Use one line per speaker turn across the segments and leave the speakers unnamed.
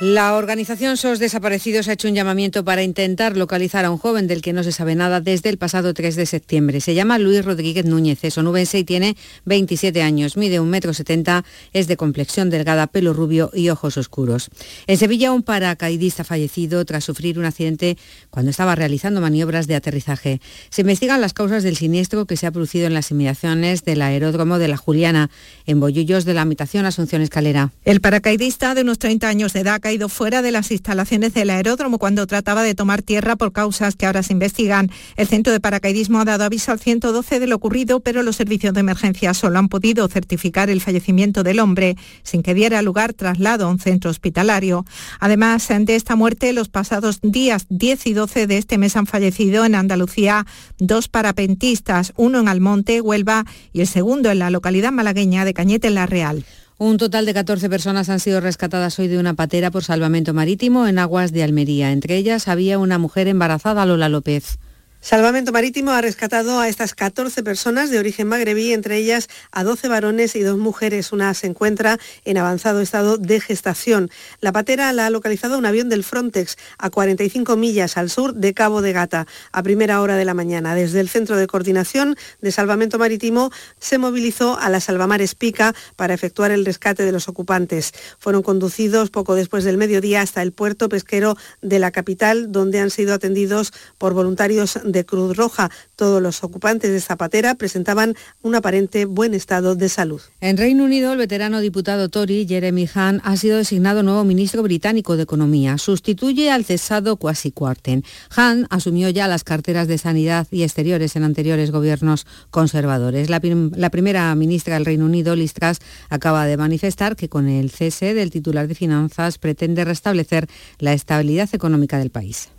La organización SOS Desaparecidos ha hecho un llamamiento para intentar localizar a un joven del que no se sabe nada desde el pasado 3 de septiembre. Se llama Luis Rodríguez Núñez, es onubense y tiene 27 años. Mide 1,70 m, es de complexión delgada, pelo rubio y ojos oscuros. En Sevilla, un paracaidista fallecido tras sufrir un accidente cuando estaba realizando maniobras de aterrizaje. Se investigan las causas del siniestro que se ha producido en las inmediaciones del aeródromo de la Juliana, en Bollullos de la Habitación Asunción Escalera.
El paracaidista de unos 30 años de edad ido fuera de las instalaciones del aeródromo cuando trataba de tomar tierra por causas que ahora se investigan. El centro de paracaidismo ha dado aviso al 112 de lo ocurrido, pero los servicios de emergencia solo han podido certificar el fallecimiento del hombre sin que diera lugar traslado a un centro hospitalario. Además de esta muerte, los pasados días 10 y 12 de este mes han fallecido en Andalucía dos parapentistas, uno en Almonte, Huelva, y el segundo en la localidad malagueña de Cañete en la Real.
Un total de 14 personas han sido rescatadas hoy de una patera por salvamento marítimo en aguas de Almería. Entre ellas había una mujer embarazada, Lola López.
Salvamento Marítimo ha rescatado a estas 14 personas de origen magrebí, entre ellas a 12 varones y dos mujeres. Una se encuentra en avanzado estado de gestación. La patera la ha localizado un avión del Frontex a 45 millas al sur de Cabo de Gata a primera hora de la mañana. Desde el Centro de Coordinación de Salvamento Marítimo se movilizó a la Salvamares Pica para efectuar el rescate de los ocupantes. Fueron conducidos poco después del mediodía hasta el puerto pesquero de la capital, donde han sido atendidos por voluntarios de Cruz Roja. Todos los ocupantes de Zapatera presentaban un aparente buen estado de salud.
En Reino Unido, el veterano diputado Tory, Jeremy Hunt, ha sido designado nuevo ministro británico de Economía. Sustituye al cesado Kwasi Kwarteng. Hunt asumió ya las carteras de Sanidad y Exteriores en anteriores gobiernos conservadores. La, prim la primera ministra del Reino Unido, Liz Truss, acaba de manifestar que con el cese del titular de Finanzas pretende restablecer la estabilidad económica del país.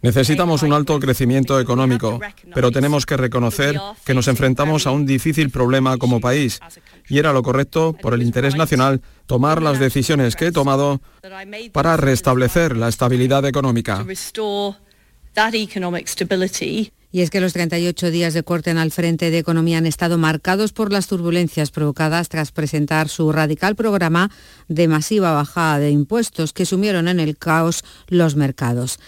Necesitamos un alto crecimiento económico, pero tenemos que reconocer que nos enfrentamos a un difícil problema como país y era lo correcto por el interés nacional tomar las decisiones que he tomado para restablecer la estabilidad económica.
Y es que los 38 días de Corten al frente de Economía han estado marcados por las turbulencias provocadas tras presentar su radical programa de masiva bajada de impuestos que sumieron en el caos los mercados.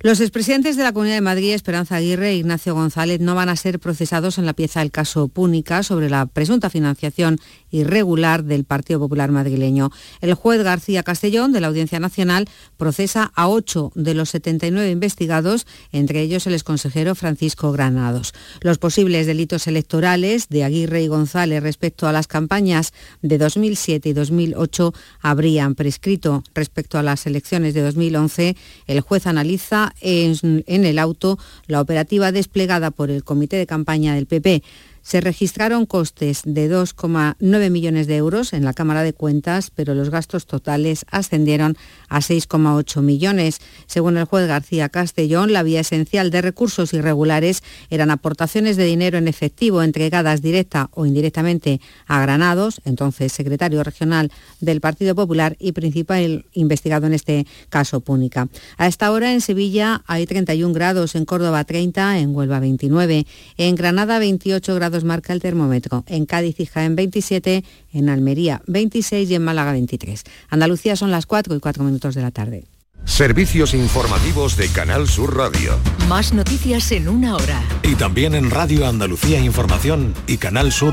Los expresidentes de la Comunidad de Madrid, Esperanza Aguirre e Ignacio González, no van a ser procesados en la pieza del caso Púnica sobre la presunta financiación irregular del Partido Popular madrileño. El juez García Castellón, de la Audiencia Nacional, procesa a ocho de los 79 investigados, entre ellos el exconsejero Francisco Granados. Los posibles delitos electorales de Aguirre y González respecto a las campañas de 2007 y 2008 habrían prescrito. Respecto a las elecciones de 2011, el juez analiza en, en, el auto la operativa desplegada por el comité de campaña del PP. Se registraron costes de 2,9 millones de euros en la Cámara de Cuentas, pero los gastos totales ascendieron a 6,8 millones. Según el juez García Castellón, la vía esencial de recursos irregulares eran aportaciones de dinero en efectivo entregadas directa o indirectamente a Granados, entonces secretario regional del Partido Popular y principal investigado en este caso Púnica. A esta hora en Sevilla hay 31 grados, en Córdoba 30, en Huelva 29, en Granada 28 grados marca el termómetro. En Cádiz y Jaén 27, en Almería 26 y en Málaga 23. Andalucía son las 4 y 4 minutos de la tarde.
Servicios informativos de Canal Sur Radio.
Más noticias en una hora.
Y también en Radio Andalucía Información y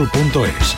canalsur.es.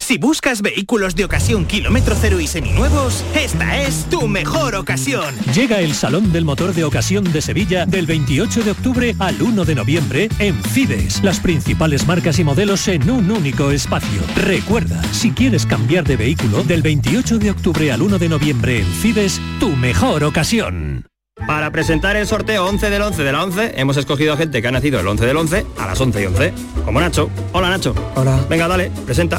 Si buscas vehículos de ocasión kilómetro cero y seminuevos, esta es tu mejor ocasión.
Llega el Salón del Motor de Ocasión de Sevilla del 28 de octubre al 1 de noviembre en Fides. Las principales marcas y modelos en un único espacio. Recuerda, si quieres cambiar de vehículo, del 28 de octubre al 1 de noviembre en Fides, tu mejor ocasión.
Para presentar el sorteo 11 del 11 de la 11, hemos escogido a gente que ha nacido el 11 del 11 a las 11 y 11, como Nacho. Hola Nacho.
Hola.
Venga, dale, presenta.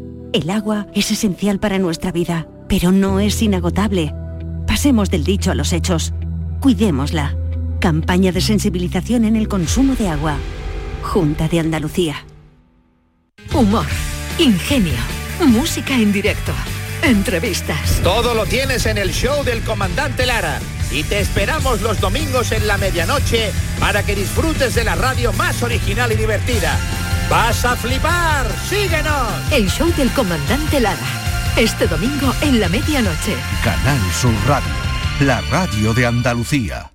El agua es esencial para nuestra vida, pero no es inagotable. Pasemos del dicho a los hechos. Cuidémosla. Campaña de sensibilización en el consumo de agua. Junta de Andalucía.
Humor, ingenio, música en directo, entrevistas.
Todo lo tienes en el show del comandante Lara. Y te esperamos los domingos en la medianoche para que disfrutes de la radio más original y divertida. ¡Vas a flipar! ¡Síguenos!
El show del comandante Lara. Este domingo en la medianoche.
Canal Sur Radio. La radio de Andalucía.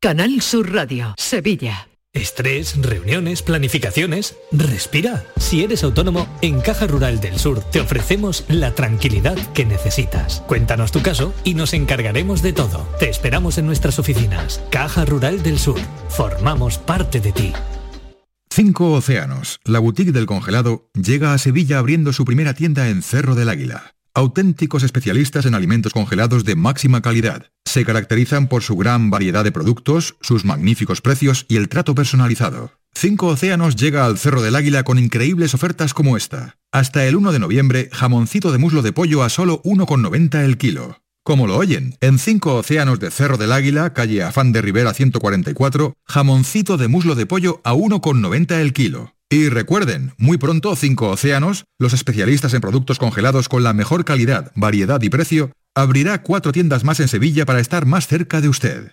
Canal Sur Radio, Sevilla.
Estrés, reuniones, planificaciones. Respira. Si eres autónomo, en Caja Rural del Sur te ofrecemos la tranquilidad que necesitas. Cuéntanos tu caso y nos encargaremos de todo. Te esperamos en nuestras oficinas. Caja Rural del Sur. Formamos parte de ti.
Cinco Océanos, la boutique del congelado, llega a Sevilla abriendo su primera tienda en Cerro del Águila. Auténticos especialistas en alimentos congelados de máxima calidad. Se caracterizan por su gran variedad de productos, sus magníficos precios y el trato personalizado. Cinco Océanos llega al Cerro del Águila con increíbles ofertas como esta. Hasta el 1 de noviembre, jamoncito de muslo de pollo a solo 1,90 el kilo. Como lo oyen, en Cinco Océanos de Cerro del Águila, calle Afán de Rivera 144, jamoncito de muslo de pollo a 1,90 el kilo. Y recuerden, muy pronto Cinco Océanos, los especialistas en productos congelados con la mejor calidad, variedad y precio, abrirá cuatro tiendas más en Sevilla para estar más cerca de usted.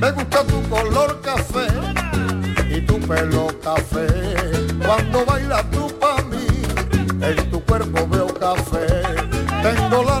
Me gusta tu color café y tu pelo café. Cuando bailas tú para mí, en tu cuerpo veo café. Tengo la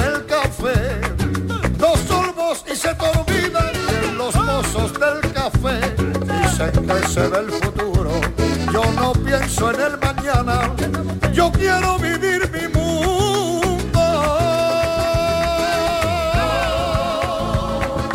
el café. Dos sorbos y se te olvidan de los mozos del café. Dicen que se ve el futuro. Yo no pienso en el mañana. Yo quiero vivir mi mundo.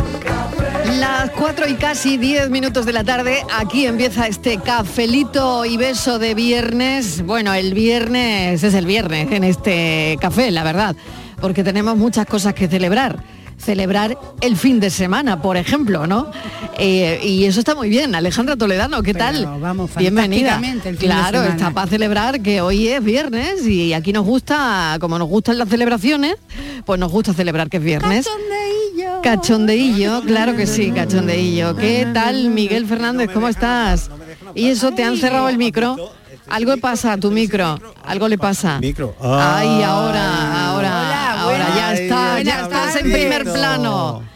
Las 4 y casi 10 minutos de la tarde, aquí empieza este cafelito y beso de viernes. Bueno, el viernes es el viernes en este café, la verdad, porque tenemos muchas cosas que celebrar. Celebrar el fin de semana, por ejemplo, ¿no? Eh, y eso está muy bien. Alejandra Toledano, ¿qué
Pero,
tal?
vamos,
Bienvenida.
fantásticamente el fin de
claro,
semana.
está para celebrar que hoy es viernes y aquí nos gusta, como nos gustan las celebraciones, pues nos gusta celebrar que es viernes. Cachondeillo. Cachondeillo, claro que sí, cachondeillo. ¿Qué tal, Miguel Fernández? ¿Cómo estás? Y eso, te han cerrado el micro. Algo le pasa a tu micro, algo le pasa.
Micro.
Ay, ahora, ahora, ahora, ya está, ya estás en primer plano.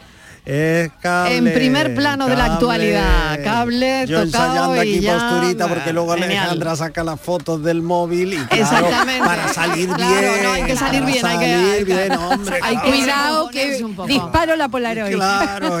Es cable,
En primer plano de la
cable.
actualidad, cable
Yo
tocado
ensayando
y
aquí
ya,
posturita porque luego
genial.
Alejandra saca las fotos del móvil y claro,
Exactamente.
para salir
Claro,
bien.
no, hay que salir
para
bien, hay que-
salir bien, hombre.
Hay
claro.
cuidado que disparo la Polaroid.
Claro,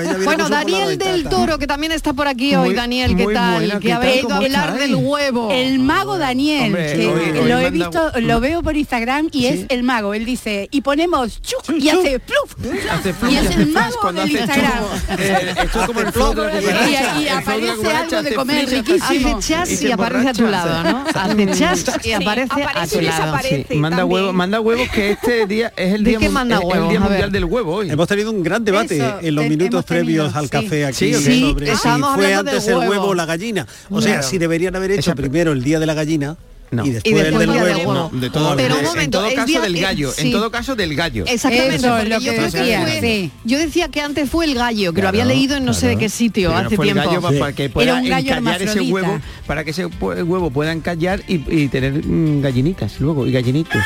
ella viene
bueno,
con su
Daniel
Polaroid,
del
tata.
Toro, que también está por aquí hoy,
Muy-
Daniel, ¿qué
muy
tal?
buena,
que
¿qué
ha
tal?
venido a
¿Cómo
hablar
estáis?
del huevo.
El mago Daniel,
Hombre,
que
hoy- hoy
lo he
manda-
visto, lo veo por Instagram y es el mago. Él dice, y ponemos chuc, y hace pluf, y es el mago del Instagram.
Eh,
Esto
Ah,
como el flow de la
Y,
cucaracha.
y aparece algo de comer riquísimo.
Hace chas y aparece a tu lado, ¿no? Hace chas y
Sí,
aparece a
aparece
tu
y
lado.
desaparece. Ah, Sí, manda huevos, manda huevos que este día es el
¿De
día,
qué
mun-
manda
es el
huevos?
día
A ver. eh,
mundial del huevo hoy.
Hemos tenido un gran debate
Eso,
en los
te-
minutos
hemos tenido,
previos al
sí.
café aquí
Sí,
sobre
sí,
si
estábamos
fue
hablando
antes
de
el huevo
huevo.
o la gallina. O sea,
Claro.
si deberían haber hecho primero el día de la gallina y después,
Y
el del huevo.
No, de todo,
Pero un
de- en
momento,
todo
el
caso
día-
del
eh,
gallo,
sí.
en todo caso del gallo.
Exactamente,
Eso es lo
porque yo,
que
creo que
decía,
fue-
sí.
yo decía que antes fue el gallo, que lo había
Claro,
leído en no sé de qué sitio
Pero
hace
fue el
tiempo.
gallo para que pueda
Era un gallo
encallar ese
hermafrodita.
huevo, para que ese pu- huevo pueda encallar y, y tener mm, gallinitas luego, y gallinitos.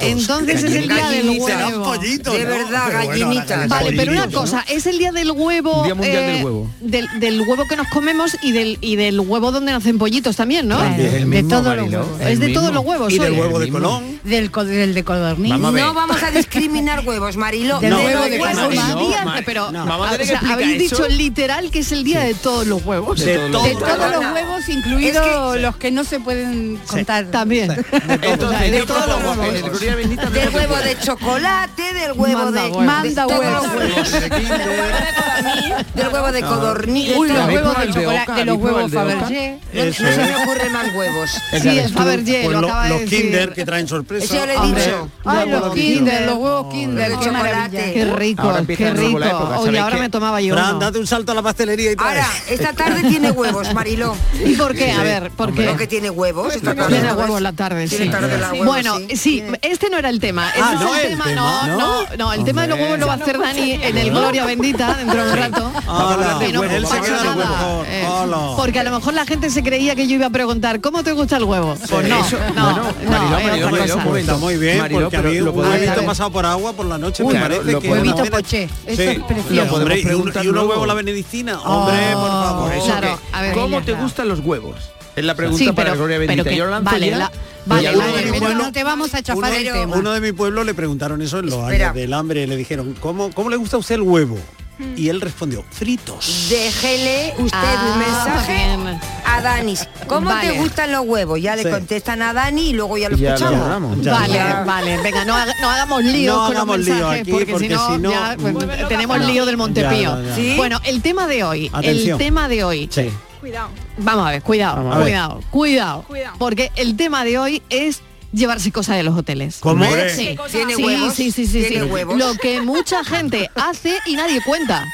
Entonces es el día del
Gallinitas. Serán
huevo.
pollitos, ¿no? Pero bueno, ahora
Vale, pero una
pollitos,
cosa, es el día del huevo. eh,
Día mundial del huevo.
Del, del huevo que nos comemos y del y del huevo donde nacen pollitos también, ¿no?
Es el mismo,
todos
Mariló,
los huevos.
el
Es de todos
mismo.
los huevos.
Y del
oye.
huevo de El mismo. Colón.
Del, co- del de codorniz.
Vamos a ver.
No vamos a discriminar huevos, Marilo.
No,
De
huevo
los
de
huevos.
Colón.
María,
No,
pero, ah,
Mar- no. Vamos a
o
tener que
sea,
explicar
habéis
eso.
dicho literal que es el día de todos los huevos.
De De todos todos. los
Todos
huevos.
los huevos, incluidos los que no se pueden contar.
También.
Entonces, yo propongo en el Gloria Bendita
Del
tenemos
huevo
que-
de chocolate, del huevo
Manda
de...
huevos.
de
Manda
todos los
huevos.
huevos. Del huevo de
No.
codorniz. de
Uy,
todo.
los huevos de chocolate,
de los
¿habéis
huevos
probado el de
Fabergé.
Oca?
No, no
Eso
se
es.
me ocurren más huevos.
Esa eres tú. Pues lo- los Kinder que traen sorpresa.
Eso yo le he
Hombre,
dicho.
huevo
Ay,
de
los Kinder, los huevos Kinder,
de
qué maravilla.
chocolate.
Qué rico,
Ahora empieza
qué
de nuevo
rico.
la época,
Oye,
¿sabéis
ahora
qué?
me tomaba yo
Fran,
uno.
date un salto a la pastelería y trae.
Ahora, esta tarde tiene huevos, Mariló.
¿Y por qué? A ver, ¿por qué?
Porque tiene huevos. esta tarde.
Tiene huevo en la tarde, sí.
Tiene tarde la huevo,
bueno, sí, este no era el tema. Ese
Ah,
es
¿no
el
es el
tema,
tema?
no, no, no, el tema de los
Hombre.
huevos lo va a hacer Dani en el Gloria Bendita dentro de un rato.
Hola,
Que no
él se
pasa
queda de
nada,
huevo.
eh,
Hola.
Porque a lo mejor la gente se creía que yo iba a preguntar, ¿cómo te gusta el huevo? Pues no,
Eso,
no, no,
bueno, Mariló,
es
Mariló,
otra
Mariló,
cosa.
pues está muy bien,
Mariló,
porque ha
pero
habido
lo
un
podemos-
huevito
Claro.
pasado por agua por la noche,
Uy,
me
claro,
parece
lo
que...
podemos-
una cena-
poché, eso es precioso.
Lo
Lo
hombre,
podemos
y, un-
preguntar
y unos
luego.
huevos a la benedictina. Hombre, por favor.
Por eso
Claro,
que,
a ver,
¿Cómo
ya
te
está.
gustan los huevos? Es la pregunta
Sí,
para
pero-
Gloria
pero
Bendita.
que-
Yo lanzo
vale,
ya,
la-
y
vale,
ya
la-
luego-
Pero
Bueno, no te vamos a chafar
uno,
el tema.
uno de mi pueblo le preguntaron eso en los
Espera.
años del hambre. Le dijeron, ¿cómo, ¿cómo le gusta a usted el huevo? Y él respondió, fritos.
Déjele usted
Ah,
un mensaje
bien.
a Danis. ¿Cómo
Vale.
te gustan los huevos? Ya le
Sí.
contestan a Dani y luego ya lo
Ya lo
escuchamos.
hablamos. Ya.
Vale, vale, venga, no, haga- no hagamos lío
No
con
hagamos
los
lío
mensajes,
aquí,
porque,
porque
si no,
si no,
ya, pues,
mm,
tenemos lío del Montepío.
Ya, ya, ya. ¿Sí?
Bueno, el tema de hoy,
Atención.
el tema de hoy.
Sí.
Vamos a ver, cuidado,
Vamos a ver.
cuidado, cuidado, Porque el tema de hoy es llevarse cosas de los hoteles.
¿Cómo? Hombre.
Sí,
¿Tiene
sí,
huevos?
sí, sí, sí,
¿Tiene
sí.
huevos?
Lo que mucha gente hace y nadie cuenta.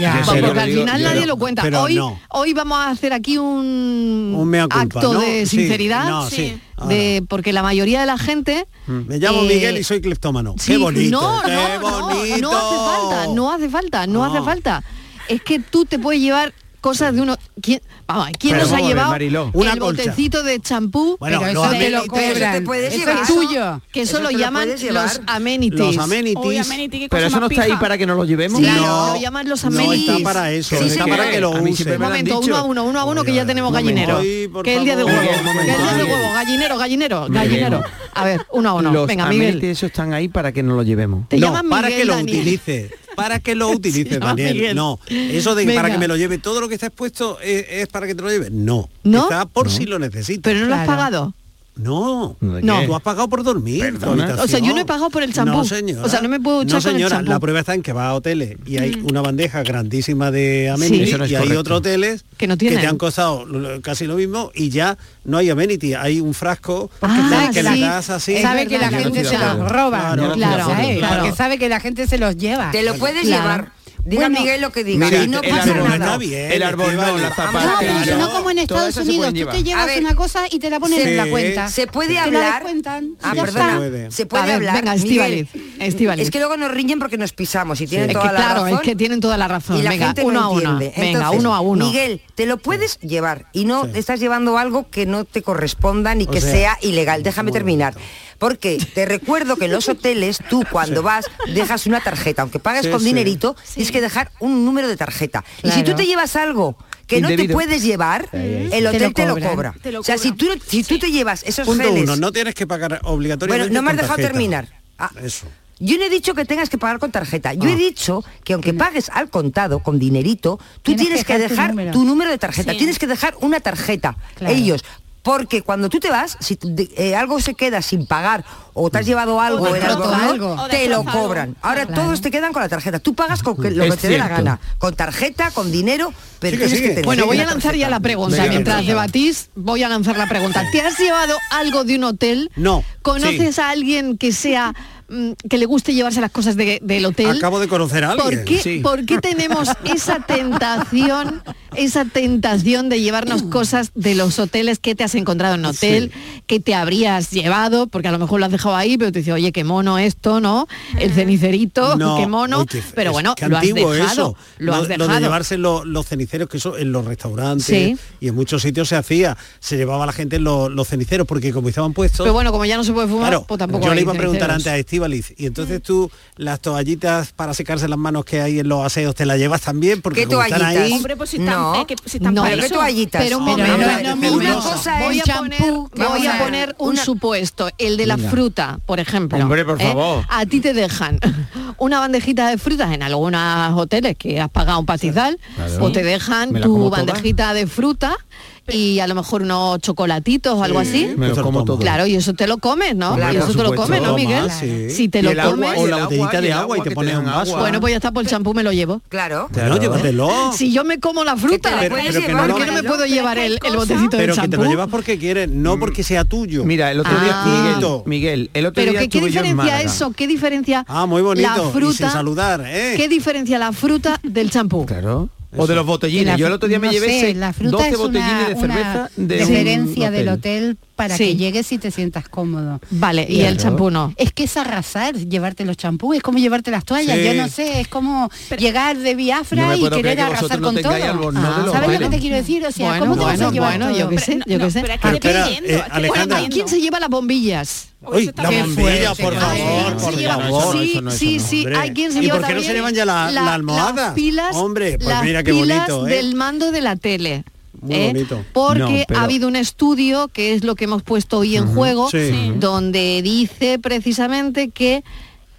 Ya. Yo sé,
Porque
yo lo
al
digo,
final
yo
nadie
lo-
lo cuenta.
pero
hoy,
no.
hoy vamos a hacer aquí un,
Un mea culpa,
acto
¿no?
de
Sí,
sinceridad,
no, sí.
de, porque la mayoría de la gente
Me llamo
Eh,
Miguel y soy cleptómano.
Sí,
qué bonito, ¿eh?
No,
qué
no, no,
bonito.
no hace falta, no hace falta, no, hace falta. Es que tú te puedes llevar cosas de uno. ¿Quién, vamos, a ver, ¿quién
Pero
nos ha
vamos a ver,
llevado
Mariló.
el
Una colcha.
botecito de champú?
Bueno, Pero lo eso te amenities- lo
que
cobran.
te puedes
Eso
llevar.
es tuyo.
Que eso,
Eso
lo
te lo
llaman
puedes llevar.
los amenities.
Los amenities. Uy, amenities, qué
Pero
cosa
eso no
más
está ahí
pija.
para que nos lo llevemos.
Sí, no, lo llaman los
No
amenities.
está para eso,
Sí,
está
sí,
para
que-
que lo
a mí siempre
usen.
Un momento,
dicho.
uno a uno, uno a uno, que ya tenemos
momento.
gallinero.
Ay, por
que es el día de
favor.
huevo.
Miguel, un
Que es el día de
momento.
huevo. Gallinero, gallinero,
Miguel.
gallinero. A ver, uno a uno.
Los
Venga,
amenities
Miguel.
esos están ahí para que nos lo llevemos.
Te
No,
llaman
para
Miguel,
que lo
Daniel.
utilice. Para que lo utilice,
llama
Daniel.
Miguel.
No. Eso de que
Venga.
para que me lo lleve todo lo que está expuesto es, es para que te lo lleve. No.
¿No?
Está por si lo necesitas.
Pero no lo has pagado.
No,
qué? No.
tú has pagado por dormir. tu habitación.
O sea, yo no he pagado por el champú.
No, señora.
O sea, no me puedo duchar
No,
con el
señora,
champú.
la prueba está en que va a hoteles y hay una bandeja grandísima de amenities
Eso no es
y hay
correcto.
otros hoteles
Que no
que
tienen.
te han costado lo- lo- casi lo mismo y ya no hay amenities, hay un frasco
Porque
que,
sabe
que
que
le
sí,
das así.
es Sabe que la verdad. gente se los roba.
Claro,
Claro,
claro.
porque sabe que la gente se los lleva.
Te lo puedes
Claro.
llevar. Diga
Bueno,
Miguel lo que diga.
Mira,
y no
el
pasa
árbol
nada.
está bien,
El árbol, no,
Estíbal.
la
No,
zapata.
pero
el
si no como en
todo
Estados
eso se
Unidos, tú
pueden
te
llevar.
llevas
A ver,
una cosa y te la pones en la
sí.
cuenta.
Se puede
Te la
hablar.
descuentan.
Ah,
Ya
perdona.
se
Se
puede.
puede,
A ver,
hablar.
venga,
Miguel.
Estíbaliz, Estíbaliz.
Es que luego nos riñen porque nos pisamos y tienen
Es que
toda la
claro,
razón.
es que tienen toda la razón.
y la
Venga,
gente no
uno a uno.
entiende.
Venga,
Entonces,
uno a uno.
Miguel, te lo puedes llevar y no
Sí.
estás llevando algo que no te corresponda ni
O
que
sea,
sea, ilegal. Déjame terminar. Porque te recuerdo que en los hoteles tú cuando
Sí.
vas dejas una tarjeta, aunque pagas
Sí,
con
sí.
dinerito, tienes que dejar un número de tarjeta. Y si tú
Claro.
te llevas algo que no te
Indebido.
puedes llevar, el
Te lo
hotel te lo,
cobran.
cobra. O sea, si tú, si tú te llevas esos
Punto
geles...
uno, no tienes que pagar obligatoriamente.
Bueno, no me has
con
dejado
tarjeta.
terminar. Ah,
Eso.
Yo no he dicho que tengas que pagar con tarjeta. Yo he dicho que aunque pagues al contado, con dinerito, tú tienes,
Tienes
que dejar, tu, número. de tarjeta.
Sí.
Tienes que dejar una tarjeta.
Claro.
Ellos. Porque cuando tú te vas, si tú- de- eh, algo se queda sin pagar o te has llevado algo,
O
en
roto
algodón,
algo. O
te lo
destrozado algo.
cobran. Ahora todos te quedan con la tarjeta. Tú pagas con que- lo que
Es
te dé la
cierto.
gana. Con tarjeta, con dinero, pero
Sigue,
tienes
sigue.
que tener
Bueno,
Voy a
una
lanzar ya
tarjeta.
la pregunta.
Venga.
Mientras debatís, voy a lanzar la pregunta. ¿Te has llevado algo de un hotel?
No.
¿Conoces
Sí.
a alguien que sea mm, que le guste llevarse las cosas de- del hotel?
Acabo de conocer a alguien.
¿Por qué,
Sí.
por qué tenemos esa tentación, esa tentación de llevarnos cosas de los hoteles que te has encontrado en hotel, que te habrías llevado, porque a lo mejor lo has dejado ahí, pero te dice, oye, qué mono esto, ¿no? El cenicerito,
No,
qué mono.
uy, qué fe-
pero
es
bueno,
que
lo has
antiguo
dejado.
eso.
Lo has dejado.
de llevarse lo- los ceniceros, que eso en los restaurantes
Sí.
y en muchos sitios se hacía. Se llevaba a la gente lo- los ceniceros, porque como estaban puestos...
Pero bueno, como ya no se puede fumar,
Claro,
pues tampoco
yo le
hay
iba a preguntar
ceniceros. Mm.
antes a Estivaliz, y entonces tú las toallitas para secarse las manos que hay en los aseos te las llevas también porque
¿Qué
como están
toallitas?
ahí.
Hombre, pues si están- No. eh, que si están No, para pero eso. ¿qué toallitas?
Pero un
Pero
momento,
no, no, no,
una
no.
cosa voy
Un
a poner,
champú que
voy
vamos
a
a-
poner un
una-
supuesto, el de la
Venga.
fruta, por ejemplo.
Hombre, por
¿eh?
favor.
A ti te dejan una bandejita de frutas en algunos hoteles que has pagado un pastizal,
Claro.
o te dejan
Me la
tu
como toda.
bandejita de fruta y a lo mejor unos chocolatitos o algo
Sí,
así.
me lo como todo.
Claro, y eso te lo comes, ¿no?
Hombre,
y
por
eso te lo
supuesto,
comes, ¿no, Miguel?
más, sí.
Si te
Y
lo
el agua,
comes.
o la botellita de agua y te pones un vaso.
Bueno, pues ya está, por el champú me lo llevo. Claro.
Claro, llévatelo.
Si yo me como la fruta,
Que te la puedes
¿por qué
llevar,
no me
claro.
puedo llevar el, el botecito de
Pero que te
champú?
lo llevas porque quieres, no porque sea tuyo.
Mm. Mira, el otro
Ah.
día, Miguel, Miguel, el otro
Pero
día
que, ¿qué
estuve yo en
diferencia
Málaga.
eso? ¿Qué diferencia
Ah, muy bonito,
la
y sin
fruta?
saludar, ¿eh?
¿Qué diferencia la fruta del champú?
Claro. O de
Que la
los botellines. Yo el otro día me
fru- no
llevé
sé,
seis-
la fruta
12
es una-
botellines de
una
cerveza de un
Referencia Ah, del
hotel.
hotel para
Sí.
que llegues y te sientas cómodo.
Vale, y el Claro. champú no.
Es que es arrasar llevarte los champús, es como llevarte las toallas,
Sí.
yo no sé, es como llegar de
No
Biafra
me
y
puedo creer
querer
que
arrasar
vosotros no
con todo. Ah,
tengáis albornoz de los
¿Sabes lo que
hoteles?
te quiero decir? O sea,
Bueno,
¿cómo te vas a
bueno,
llevar
bueno,
todo?
yo qué sé, yo qué sé.
Pero espera, eh,
Bueno,
Ah, Alejandra.
¿quién se lleva las bombillas?
Uy, la
Qué
bombilla,
fuerte,
por
¿no?
favor, por
lleva-
favor.
sí,
Eso no, eso
sí,
no.
sí,
Hombre.
hay quien se
¿Y
lleva
por qué no se
también
llevan ya la,
la-
la almohada?
las pilas,
Hombre, pues
las
mira qué
pilas
bonito, ¿eh?
del mando de la tele.
Muy
¿eh?
bonito.
Porque
No, pero-
ha habido un estudio, que es lo que hemos puesto hoy en
Ujú,
juego,
sí. Sí.
donde dice precisamente que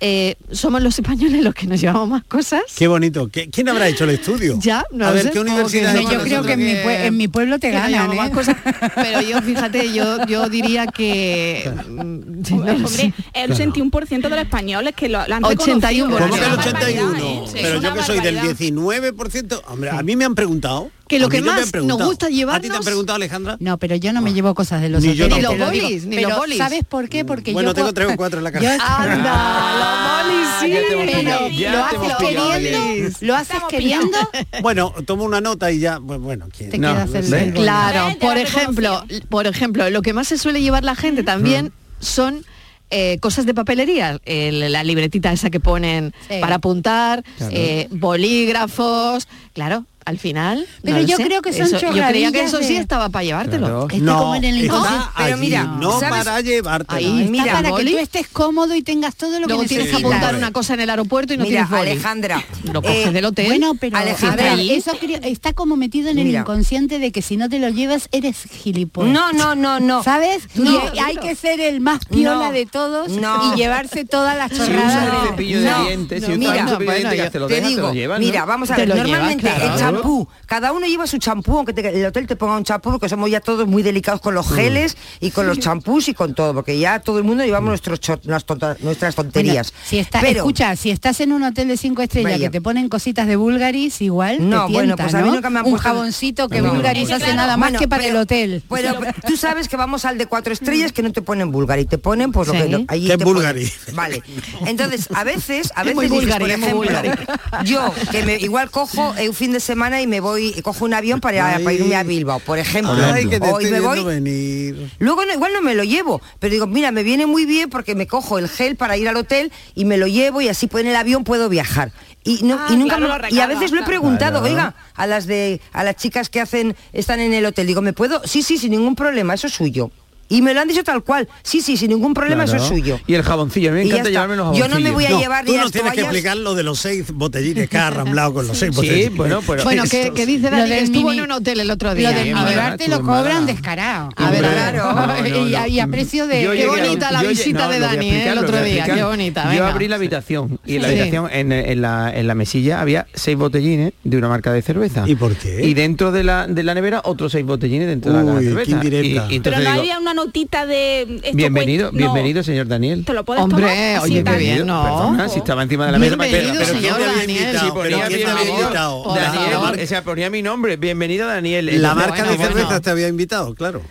eh, somos los españoles los que nos llevamos más cosas.
Qué bonito. ¿Qué- ¿Quién habrá hecho el estudio?
Ya, no
A
lo
ver,
sé,
¿qué
supongo
universidad?
que
hemos
sí. Yo creo
nosotros?
que en mi, pue- en mi pueblo te
Que nos
ganan,
llevamos más
¿eh?
cosas. Pero yo, fíjate, yo, yo diría que... mm, sí, no lo sé.
Hombre, el 81% de los españoles que lo, lo han
81,
reconocido.
¿Cómo
Es
que el
una barbaridad,
81,
¿eh? Sí,
pero
es
yo
una
que soy del
barbaridad.
19%, hombre, a mí me han preguntado.
Que lo
a
que
mí no me
más
han preguntado.
nos gusta
¿A ti te han
llevarnos-
preguntado, Alejandra? Ah.
No, pero yo no me llevo cosas de los
Ni yo
hoteles.
tampoco.
te lo digo.
Ni los bolis, ni
Pero,
los bolis.
¿Sabes por qué? Porque
Bueno,
yo
tengo
co-
tres o cuatro en la
Yo-
cara.
Ya te hemos pero
pillado, ya
lo
te hemos
haces
pillado,
queriendo,
Belén.
lo haces queriendo,
Bueno, tomo una nota y ya, bueno, bueno, ¿quién?
Te quedas el-
¿ves?
Claro, por ejemplo, l- por ejemplo, lo que más se suele llevar la gente también son eh, cosas de papelería, el- la libretita esa que ponen
Sí.
para apuntar,
Claro.
eh, bolígrafos, claro, al final.
Pero
no lo
yo
sé,
creo que son
eso- Yo creía que
chorradillas
eso sí
de-
estaba para llevártelo.
Claro. No, está allí, no para llevártelo.
Ahí
Está
mira,
para que
boli.
tú estés cómodo y tengas todo lo
Luego
que
tienes que
necesitas.
apuntar una cosa en el aeropuerto y no
Mira,
tienes boli.
Alejandra,
Lo coges
eh,
del hotel.
Bueno, pero
Alejandra,
a ver, eso creo- está como metido en el Mira. inconsciente de que si no te lo llevas eres gilipollas.
No, no, no, no.
¿Sabes?
No.
Y hay- hay que ser el más piola
No.
de todos
No.
y llevarse todas las
Si
chorradas.
usas
de-
el cepillo de
No,
dientes,
no,
si usas
mira,
un cepillo de
bueno,
dientes
yo-
que te lo dejas, te lo llevas, ¿no? mira, vamos a
Te
ver,
lo llevas,
normalmente
claro.
el champú, cada uno lleva su champú, aunque te- el hotel te ponga un champú, porque somos ya todos muy delicados con los geles y con los champús y con todo, porque ya todo el mundo llevamos nuestros cho- las tonta- nuestras tonterías.
Si está,
Pero-
escucha, si estás en un hotel de cinco estrellas
Vaya.
que te ponen cositas de Bulgaris, igual
No,
te
bueno,
tienta,
pues a mí
¿no?
nunca me han
Un
puesto-
jaboncito que
No.
Bulgaris
Claro.
hace nada más
Bueno,
que para el hotel.
Bueno, pero tú sabes que vamos al de cuatro estrellas que no te ponen Bulgari, te ponen pues lo
Sí.
que no- allí
¿Qué
te ponen.
Bulgari?
Vale. Entonces, a veces, a
Es
veces
muy
dices,
Bulgari,
por
es muy
ejemplo,
Bulgari.
yo que me, igual cojo eh, un fin de semana y me voy y cojo un avión para, para irme a Bilbao, por ejemplo,
Ay, que te
o y
estoy
me voy
viendo venir.
Luego no- igual no me lo llevo, pero digo, mira, me viene muy bien porque me cojo el gel para ir al hotel y me lo llevo y así pues, en el avión puedo viajar. Y, no-
Ah,
y nunca
claro,
me-
lo
y a
recabas,
veces lo he
claro.
preguntado,
Claro.
oiga, a las de a las chicas que hacen están en el hotel, digo, ¿me puedo? Sí, sí, sin ningún problema, eso es suyo. Y me lo han dicho tal cual. Sí, sí, sin ningún problema,
Claro.
eso es suyo.
Y el jaboncillo, a mí me
Y ya
encanta
está.
llevarme los
Yo no
jaboncillos.
me voy a llevar
Tú
ni
no
las
tienes que
toallas.
explicar lo de los seis botellines que ha arramblado con los seis
Sí,
botellines.
bueno, pero-
Bueno, ¿qué, qué dice
Lo
Dani?
del
Que estuvo
mini-
en un hotel el otro día.
Lo del
mala,
privarte lo cobran descarado.
A ver,
claro. y, a- y a precio de...
Yo
Qué
llegué a-
bonita la
yo lle-
visita
no,
de
lo voy a
Dani, ¿eh?
explicar,
el
lo voy
otro
a
día.
explicar.
Qué bonita,
Yo
venga.
abrí la habitación y en la
Sí.
habitación, en, en la, en la mesilla, había seis botellines de una marca de cerveza. ¿Y por qué? Y dentro de la, de la nevera, otros seis botellines dentro de la
Uy,
caja de
qué
cerveza. Y-
indirecta.
y entonces
Pero no
digo,
había una notita de... esto
bienvenido,
cuesta- no.
bienvenido, señor Daniel.
Te lo puedes tomar así, tal.
Perdona, si estaba encima de la mesa.
Bienvenido,
pero,
señor
¿quién te había
Daniel.
invitado? Si
Pero
ponía
¿quién te había
bienvenido,
invitado?
Daniel,
Hola,
la
marca.
o sea, ponía mi nombre, bienvenido Daniel.
La
Entonces,
marca de
bueno,
cervezas
bueno.
te había invitado, claro.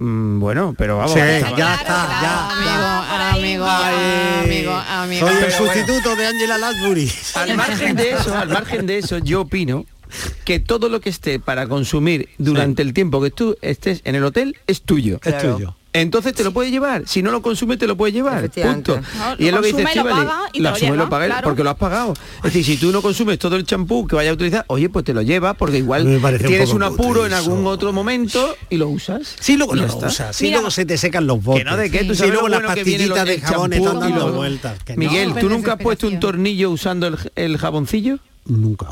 Mm, bueno, pero vamos.
Sí,
estaba-
ya está, ya.
Amigo, amigo, amigo, amigo.
Soy el
Pero bueno.
sustituto de Angela Lansbury.
Al margen de eso, al margen de eso, yo opino que todo lo que esté para consumir durante el tiempo que tú estés en el hotel es tuyo.
Es tuyo.
Entonces te lo puedes llevar. Si no lo consumes, te lo puedes llevar.
Efectivamente.
Punto.
No,
y es lo que
consume,
dice
lo
Estíbaliz,
paga y te
Lo
lo
asume y
lleva,
lo paga él
claro.
porque lo has pagado. Es decir, si tú no consumes todo el champú que vaya a utilizar, oye, pues te lo llevas porque igual
parece un
tienes
poco
un apuro
cutre
en algún otro momento y lo usas.
Sí, luego
Y ya
no lo
está.
usas, sí, luego se te secan los botes.
Que no de qué, tú
Sí,
sabes
luego
lo
las
bueno que viene
pastillitas
lo-
de
el
jabón
champú
están
y
dando
lo-
vueltas, que no.
Miguel, ¿tú
Pues
nunca has puesto un tornillo usando el, el jaboncillo?
Nunca.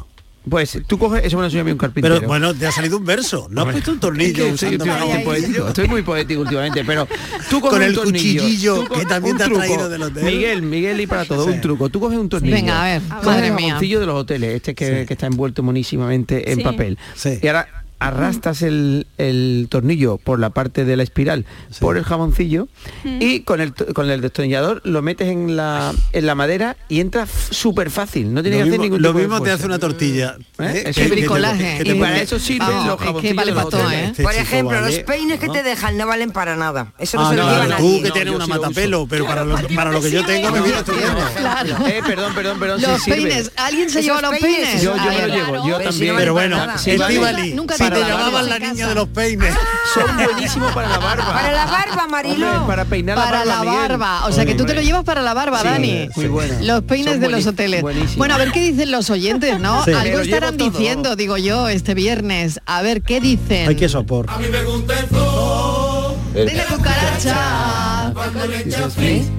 Pues tú coges, eso me lo enseñó a mí un carpintero.
Pero bueno, te ha salido un verso. No has puesto un tornillo
Es que estoy,
usando
últimamente
jabón.
poético, estoy muy poético últimamente, pero tú coges
Con
un
el
tornillo,
cuchillillo
tú coges
que también
un
te ha
truco.
traído del hotel.
Miguel, Miguel y para todo, un truco. Tú coges un tornillo.
Venga, a ver,
coges
madre
el
mía.
jaboncillo de los hoteles, este que, que está envuelto monísimamente en
Sí.
papel. Y ahora arrastras el, el tornillo por la parte de la espiral por el jaboncillo y con el to- con el destornillador lo metes en la en la madera y entra f- súper fácil no tiene
Lo
que hacer
mismo-
ningún
lo
tipo de
mismo te
esfuerzo.
hace una tortilla. ¿eh?
¿Eh? Es
Que-
el
que te-
bricolaje.
que te
Y para
pone-
eso sirve Vamos, los es que jaboncillos vale de los para todo, hoteles. ¿eh?
Este
Por
chico
ejemplo, los
vale.
peines que te dejan no valen para nada. Eso no
Ah,
se lo
claro,
lleva nadie.
tú que tienes
No, yo
una
sí lo uso.
matapelo, pero para lo, para lo que yo tengo me viene estupendo.
Claro.
Eh, perdón, perdón, perdón.
Los
sí sirve.
peines, ¿alguien se
Esos
lleva los
peines,
peines?
Yo,
A
yo me
ver.
lo llevo,
Pero
yo
si
también.
no vale Pero para bueno, nada. Estíbaliz, si te llamaban la niña de los peines.
Son buenísimos para la barba.
Para la barba, Marilo.
Hombre, para peinar
Para
la barba.
la barba, o sea que tú te lo llevas para la barba,
Sí,
Dani.
muy bueno.
Los peines
Son
de los
buenísimos,
hoteles.
buenísimos.
Bueno, a ver qué dicen los oyentes, ¿no?
Sí. Me
Algo
lo llevo
estarán
todo.
diciendo, digo yo, este viernes. A ver qué dicen.
Hay que sopor. A mí me gusta el flow.
De la cucaracha.
Cuando le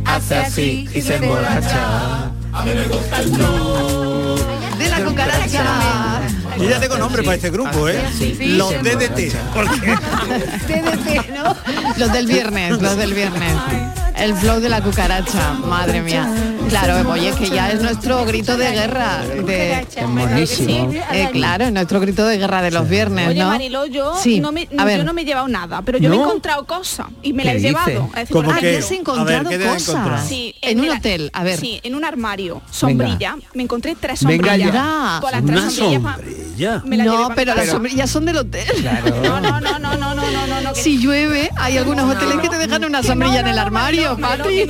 hace así y se emborracha.
A mí me gusta el flow.
De la cucaracha.
Yo ya tengo nombre para este grupo, ¿eh? Los
se
DDT.
TDT, ¿no? Los del viernes, los del viernes. El flow de la cucaracha, madre mía. Claro, oye, que ya es nuestro grito de guerra. De,
monísimo.
Eh, claro, es nuestro grito de guerra de los viernes,
Oye,
¿no?
Mariló, yo,
Sí,
no me,
a ver.
yo no me he llevado nada, pero yo me he
¿No?
encontrado cosas y me la he
¿Qué
llevado.
dices?
Es decir,
¿Cómo
ah,
qué?
ya se ha
A ver, ¿qué te has encontrado?
Sí, eh,
En un
mira,
hotel, a ver.
Sí, en un armario, sombrilla. Me encontré tres
Venga
sombrillas.
ya.
Con las tres sombrillas pa- me la llevé
No,
pa mi
pero las
casa.
sombrillas son del hotel.
No, no, no, no, no, no, no, no, no. que-
Si llueve, hay algunos hoteles que te dejan una sombrilla en el armario, Patri.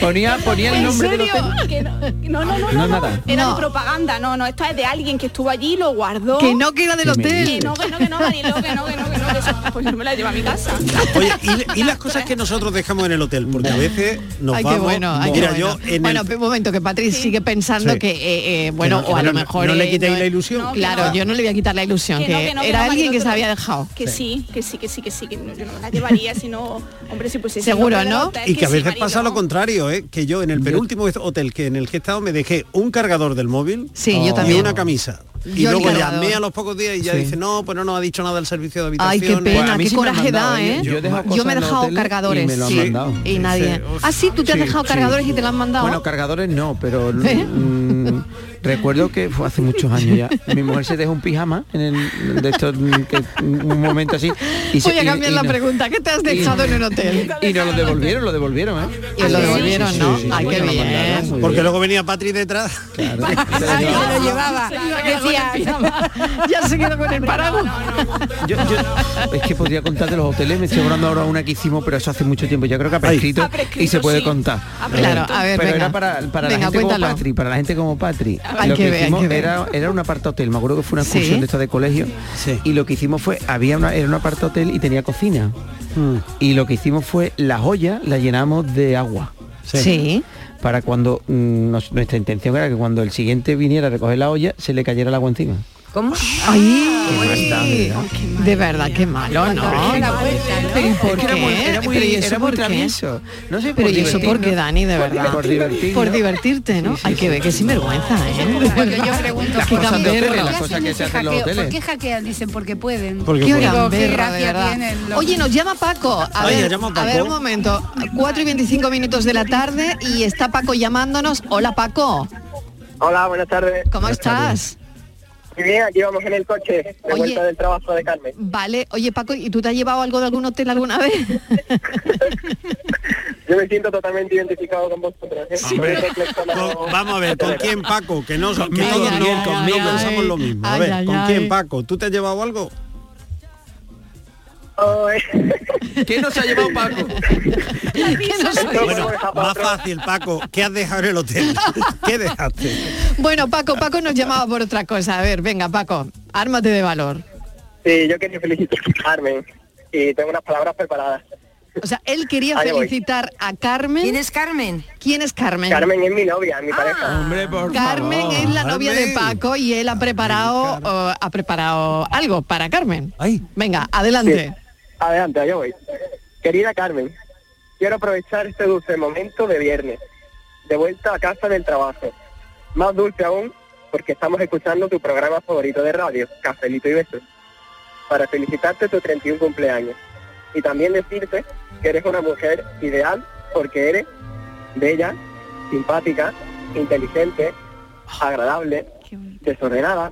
Ponía, ponía el
¿En
nombre del
serio? Ah,
hotel.
Que no, que no, no, no,
No,
no, no,
nada.
Era
No.
de propaganda, no, no, esto es de alguien que estuvo allí, lo guardó.
Que no, que era del ¿Qué me hotel.
Que no, que no, que no, Mariló, que no, que no, que no, que eso- pues yo me la llevo a mi casa.
Oye, y, y las cosas que nosotros dejamos en el hotel, porque a veces nos
ay,
vamos.
qué bueno, ay, qué
mira,
bueno.
yo en
bueno,
el-
un momento, que Patrick sigue pensando
Sí.
que, eh, eh, bueno,
Que no,
o a
que
lo
no,
mejor...
no le
eh,
quitéis la ilusión.
No,
No, que
claro,
no.
yo no le voy a quitar la ilusión, que,
Que no, que no, que
era
no,
alguien
Mariló,
que se
pero-
había dejado.
Que sí, que sí, que sí, que sí, que no, yo no me la llevaría, sino, hombre, si pusiese el
Seguro,
nombre del
¿no?
hotel,
Y que a
sí,
veces
Mariló.
pasa lo contrario, ¿eh? que yo en el penúltimo hotel que en el que he estado me dejé un cargador del móvil
Sí, yo
y
también.
una camisa. Y
Yo el
luego
cargador.
llamé a los pocos días y ya
Sí.
dice, no, pues no nos ha dicho nada el servicio de habitación.
Ay, qué pena, qué coraje da, ¿eh?
Yo he dejado
Yo me he
cosas en los
dejado
hoteles
cargadores.
y me lo han
sí,
mandado.
y nadie. Ah, sí, tú te has
Sí,
dejado
sí.
cargadores y te lo han mandado.
Bueno, cargadores no, pero
¿Eh?
mm, recuerdo que fue hace muchos años ya. Mi mujer se dejó un pijama en el de estos, mm, que- un momento así. Y se-
Voy a
y-
cambiar
y
la
no-
pregunta. ¿Qué te has
y-
dejado en un hotel? Ah,
Y nos lo devolvieron, lo devolvieron, ¿eh?
Y lo devolvieron, ¿no? Ay, qué
nos lo
bien.
mandaron, muy
Porque
bien.
luego venía Patri detrás.
Ahí se lo llevaba.
Decía, ya se quedó
Mm.
con el paraguas.
Yo- yo- es que podría contar de los hoteles, me estoy hablando ahora una que hicimos, pero eso hace mucho tiempo. Yo creo que ha prescrito, y se puede contar.
Claro, a ver,
Pero
venga.
era para,
Venga,
para la gente
cuéntalo.
como Patri, para la gente como Patri.
Hay
lo
que
que,
ver, hay
hicimos
que ver.
era, era un aparta hotel, me acuerdo que fue una
Sí.
excursión de esta de colegio. Y lo que hicimos fue, había una, era un aparta hotel y tenía cocina. Y lo que hicimos fue, las ollas las llenamos de agua.
Sí. Sí.
Para cuando mm, nos- nuestra intención era que cuando el siguiente viniera a recoger la olla, se le cayera el agua encima.
¿Cómo? Ay, de verdad, qué malo, ¿no? Pero ¿y por
Es que era muy-
qué?
era muy-
Pero ¿y
era
eso
muy
por qué?
travieso. No sé, por
Pero ¿y eso por qué,
divertirnos.
Dani, de
Por-
verdad?
por divertirnos.
Por divertirte, ¿no? Hay que ver qué sinvergüenza, ¿eh?
Porque yo pregunto
Qué
por qué
gamberro.
hackean,
Las cosas que se hacen en los
¿Por
hoteles.
qué hackean? Dicen porque pueden.
Porque Qué pueden. gamberro, de verdad. Ah. Oye,
nos
llama Paco. A
Oye,
ver,
llama
a
Paco.
ver, un momento. 4 y 25 minutos de la tarde y está Paco llamándonos. Hola, Paco.
Hola, buenas tardes.
¿Cómo estás?
Muy bien, aquí vamos en el coche, de
Oye.
vuelta del trabajo de Carmen.
Vale. Oye, Paco, ¿y tú te has llevado algo de algún hotel alguna vez?
Yo me siento totalmente identificado con vosotros. ¿eh?
Hombre,
Soy reflexólogo.
con- vamos a ver, ¿con quién Paco? Que no, que
Conmigo,
todos
Miguel,
no- no
conmigo.
pensamos lo mismo. A
Ay,
ver,
ay,
¿con
ay.
quién Paco? ¿Tú te has llevado algo?
eh.
¿Qué nos ha llevado Paco?
Bueno, más fácil, Paco. ¿Qué has dejado en el hotel? ¿Qué dejaste?
Bueno, Paco, Paco nos llamaba por otra cosa. A ver, venga, Paco, ármate de valor.
Sí, yo quería felicitar a Carmen y tengo unas palabras preparadas.
O sea, él quería
Ahí voy.
felicitar a Carmen. ¿Quién es Carmen? ¿Quién es Carmen?
Carmen es mi novia, mi pareja. Hombre, por
Ah, Carmen es la novia de Paco y él ha preparado eh, ha preparado algo para Carmen. Venga, adelante.
Adelante, allá voy. Querida Carmen, quiero aprovechar este dulce momento de viernes, de vuelta a casa del trabajo. Más dulce aún, porque estamos escuchando tu programa favorito de radio, Cafelito y Besos, para felicitarte tu 31 cumpleaños. Y también decirte que eres una mujer ideal porque eres bella, simpática, inteligente, agradable, desordenada,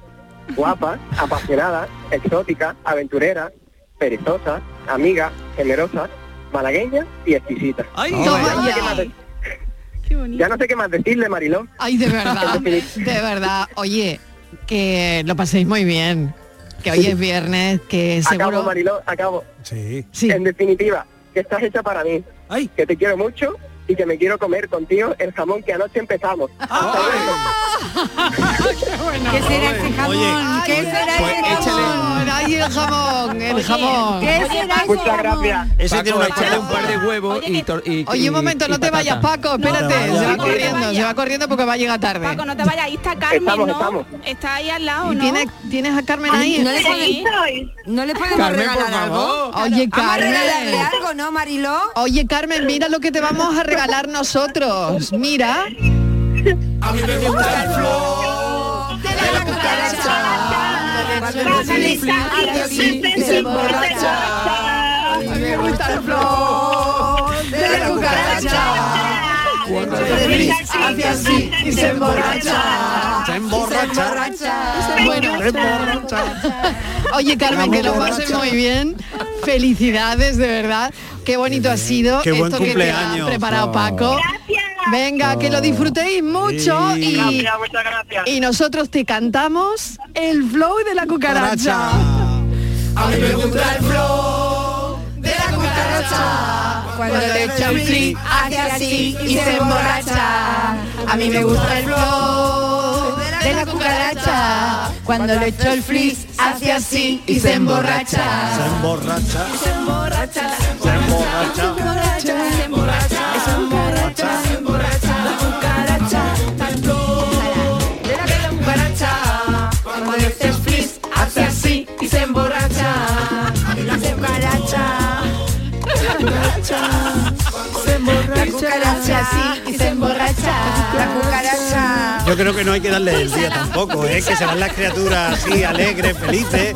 guapa, apasionada, exótica, aventurera, perezosa, amiga, generosa, malagueña y exquisita.
toma
no sé
ya.
qué más de- Ya no sé qué más decirle, Mariló.
Ay, de verdad, de verdad. Oye, que lo paséis muy bien. Que hoy es viernes, que
Acabo,
Eh, seguro.
Mariló, acabo.
Sí.
En definitiva, que estás hecha para mí. Que te quiero mucho y que me quiero comer contigo el jamón que anoche empezamos. Hasta luego.
¿Qué será este jamón? ¿Qué será este jamón?
Ay, el jamón, el
Oye,
jamón.
¿qué será ese Muchas jamón? gracias.
Ese Paco, tiene una échale un par de huevos y, tor- y-
Oye,
y-
un momento,
y
no te
patata.
vayas, Paco, espérate,
No,
se va
no,
corriendo, se va corriendo porque va a llegar tarde.
Paco, no te vayas, ahí está Carmen,
Estamos,
¿no?
estamos.
Está ahí al lado,
¿Y
¿no?
tienes- tienes a Carmen ahí?
No le
Sí.
podemos, no le podemos
Carmen, por
regalar algo.
favor. Oye,
Vamos a
Carmen.
regalarle algo, ¿no, Mariló?
Oye, Carmen, mira lo que te vamos a regalar nosotros. Mira.
A mí me gusta el flow de la cucaracha.
Y se emborracha.
A mí me gusta el flow de la cucaracha. Cuando te ríes, hace así y se emborracha.
Se emborracha.
Bueno. Oye, Carmen, que lo pases muy bien. Felicidades, de verdad. Qué bonito ha sido
Qué buen
esto que te ha
cumpleaños.
preparado
Oh.
Paco. Venga, que lo disfrutéis mucho
Sí.
y,
Gracias,
y nosotros te cantamos el flow de la cucaracha.
A mí me gusta el flow de la cucaracha. Cuando le echa un fli, hace así y se emborracha. A mí me gusta el flow de la cucaracha. Cuando le echo el fli, hace así y se emborracha.
Se emborracha.
Se emborracha, se emborracha, se emborracha, se emborracha, se emborracha, la cucaracha, tanto de la cucaracha. Cuando le haces frizz, hace así y se emborracha. La cucaracha, la cucaracha, se emborracha, hace así y se emborracha. La cucaracha.
Yo creo que no hay que darle el día tampoco, ¿eh? que se van las criaturas así, alegres, felices.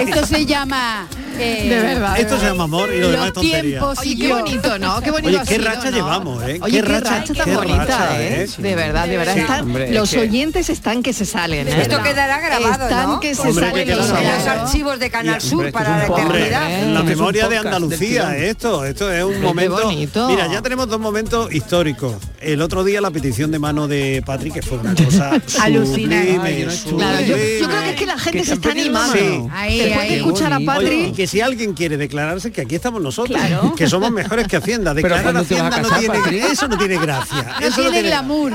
Esto se llama... eh,
De verdad. Esto se llama amor y lo demás
Los
es tontería.
tiempos
Oye,
y
qué
yo.
bonito, ¿no? Qué bonito
Oye,
ha
qué
sido,
racha
¿no?
llevamos, ¿eh?
Oye, qué racha, tan
qué
bonita,
racha,
¿eh?
¿eh?
De verdad, de verdad.
Sí,
están-
hombre, es
los
que-
oyentes están que se salen, ¿eh?
Esto quedará grabado,
Están
¿no?
que se
Hombre,
salen
que queda
los
grabado.
oyentes.
Los archivos de Canal
Y-
Sur para la
¿eh?
Hombre,
eternidad.
en la
Esto es un
memoria de
este
podcast del
Andalucía,
tirón.
esto, esto es un
Qué
momento.
bonito.
Mira, ya tenemos dos momentos históricos. El otro día la petición de mano de Patrick, que fue una cosa
Alucinante.
sublime,
Claro, yo,
sublime.
yo creo que es que la gente se está animando.
Sí.
Después de escuchar a
Oye, y
Patri,
que si alguien quiere declararse que aquí estamos nosotros, que somos mejores que Hacienda.
Pero
Declarar
¿cuándo te vas
Hacienda
a
no
casar, Patri?
tiene, eso no tiene gracia.
No
eso no
tiene
tiene-
glamour.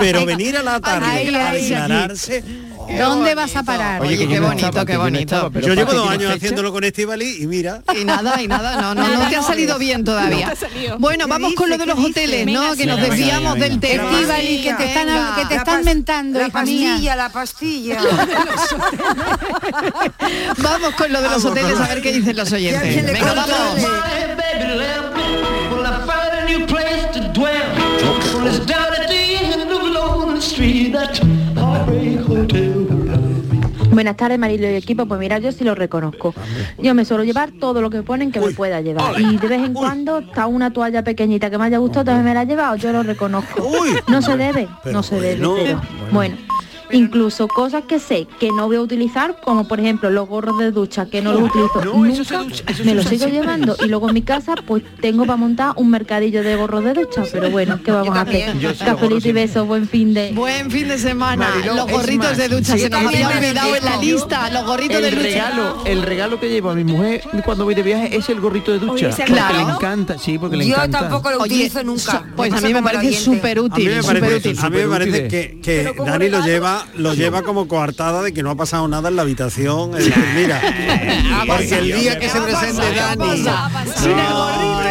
Pero venir a la tarde
Ay,
a
ay,
declararse,
¿Dónde vas a parar?
Oye, qué bonito, qué bonito.
Yo llevo dos años haciéndolo con Estivali y mira.
Y nada, y nada, no, no, no te ha salido bien todavía. Bueno, vamos con lo de los hoteles, ¿no? Que nos
Venga,
desviamos
venga,
del
venga.
tema.
Estíbaliz, que te están-
Venga.
que te están mentando,
La
hija mía.
pastilla, la pastilla.
Vamos con lo de los hoteles a ver qué dicen los oyentes. Venga, vamos.
Buenas tardes, Marilo y equipo. Pues mira, yo sí lo reconozco. Yo me suelo llevar todo lo que ponen que me pueda llevar. Y de vez en cuando está una toalla pequeñita que me haya gustado, también me la he llevado, yo lo reconozco. No se debe, no se debe,
bueno.
pero bueno. Incluso cosas que sé que no voy a utilizar, como por ejemplo los gorros de ducha, que no los utilizo nunca, me los sigo llevando y luego en mi casa pues tengo para montar un mercadillo de gorros de ducha, pero bueno, ¿qué vamos a hacer?
también. Yo sí lo gorro
Cafelito y besos, buen fin de...
Buen fin de semana.
Mariló,
los
es
gorritos
más,
de ducha
yo
se nos
también
había
me
olvidado en la
refiero.
lista. Los gorritos
el
de ducha.
regalo, el regalo que llevo a mi mujer cuando voy de viaje es el gorrito de
Oye,
ducha.
¿ese
porque
regalo?
le encanta, sí, porque le encanta.
Oye, so- Pues a mí me parece súper
A mí
útil.
me parece,
superútil.
a mí me parece
Superútil.
que, que Dani lo lleva, lo lleva como coartada de que no ha pasado nada en la habitación. Es decir, mira, porque el día que se presente Dani,
Sin el gorrito.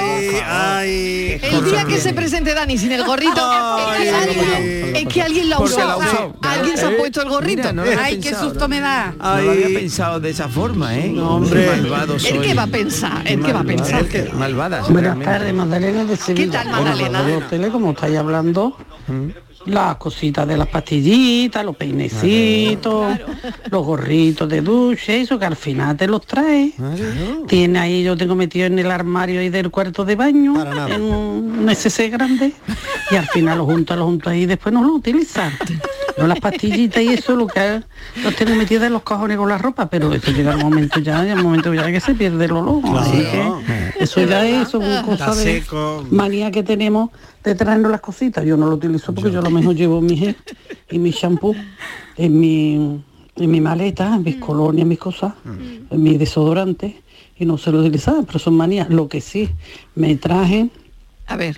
El día que se presente Dani sin el gorrito, es, que alguien, es que alguien lo
Porque
usó.
la usó.
Alguien se ha
Eh,
puesto el gorrito.
mira, no lo había
Ay, qué
pensado,
susto me da.
No lo había pensado de esa forma, ¿eh? hombre. Malvado soy.
¿El qué va a pensar? ¿El qué va a pensar?
Malvada.
Buenas
realmente.
tardes, Magdalena de Sevilla.
tal,
Bueno,
Magdalena?
hablando de hoteles, como estáis hablando, las cositas de las pastillitas, los peinecitos, los gorritos de ducha, eso que al final te los trae. Tiene ahí, yo tengo metido en el armario ahí del cuarto de baño, en un un SC grande, y al final lo juntas, lo juntas y después no lo utilizas. No las pastillitas y eso lo que los tengo metidos en los cajones con la ropa, pero eso llega un momento ya, llega un momento ya que se pierde el olor. así que eso ya es eso, una cosa de
seco.
manía que tenemos de traernos las cositas. Yo no lo utilizo porque yo, a lo mejor llevo mi gel y mi shampoo en mi, en mi maleta, en mis colonias, mis cosas, en mi desodorante y no se lo utilizaba, pero son manías. Lo que sí me traje mm,
a ver.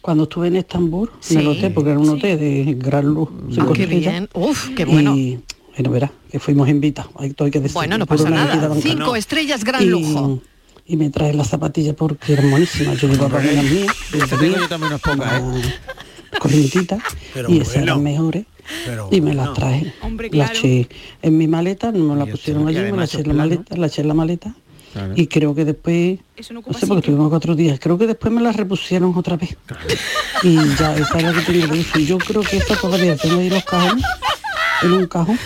cuando estuve en Estambul, en el
Sí,
hotel, porque era un hotel de gran luz. cinco
Ah, qué
estrellas,
bien. Uf, qué bueno.
Y, bueno, verá, que fuimos invitados. Hay, todo hay que decir,
Bueno, no pasa nada. Cinco estrellas, gran lujo.
Y me trae las zapatillas porque eran buenísimas. Yo iba a poner las mías,
Yo te digo, yo también os pongo, ¿eh?
corrientitas,
Pero
y esas eran
bueno.
mejores. y me las traje. Las eché en mi maleta, no me la pusieron allí, me la
además
eché en la
soplar, ¿no?
maleta, la eché en la maleta. Y creo que después, no, sé, porque estuvimos cuatro días, creo que después me las repusieron otra vez. Y ya, esa es la que tengo que decir. Yo creo que esta todavía tengo ahí los cajones, en un cajón,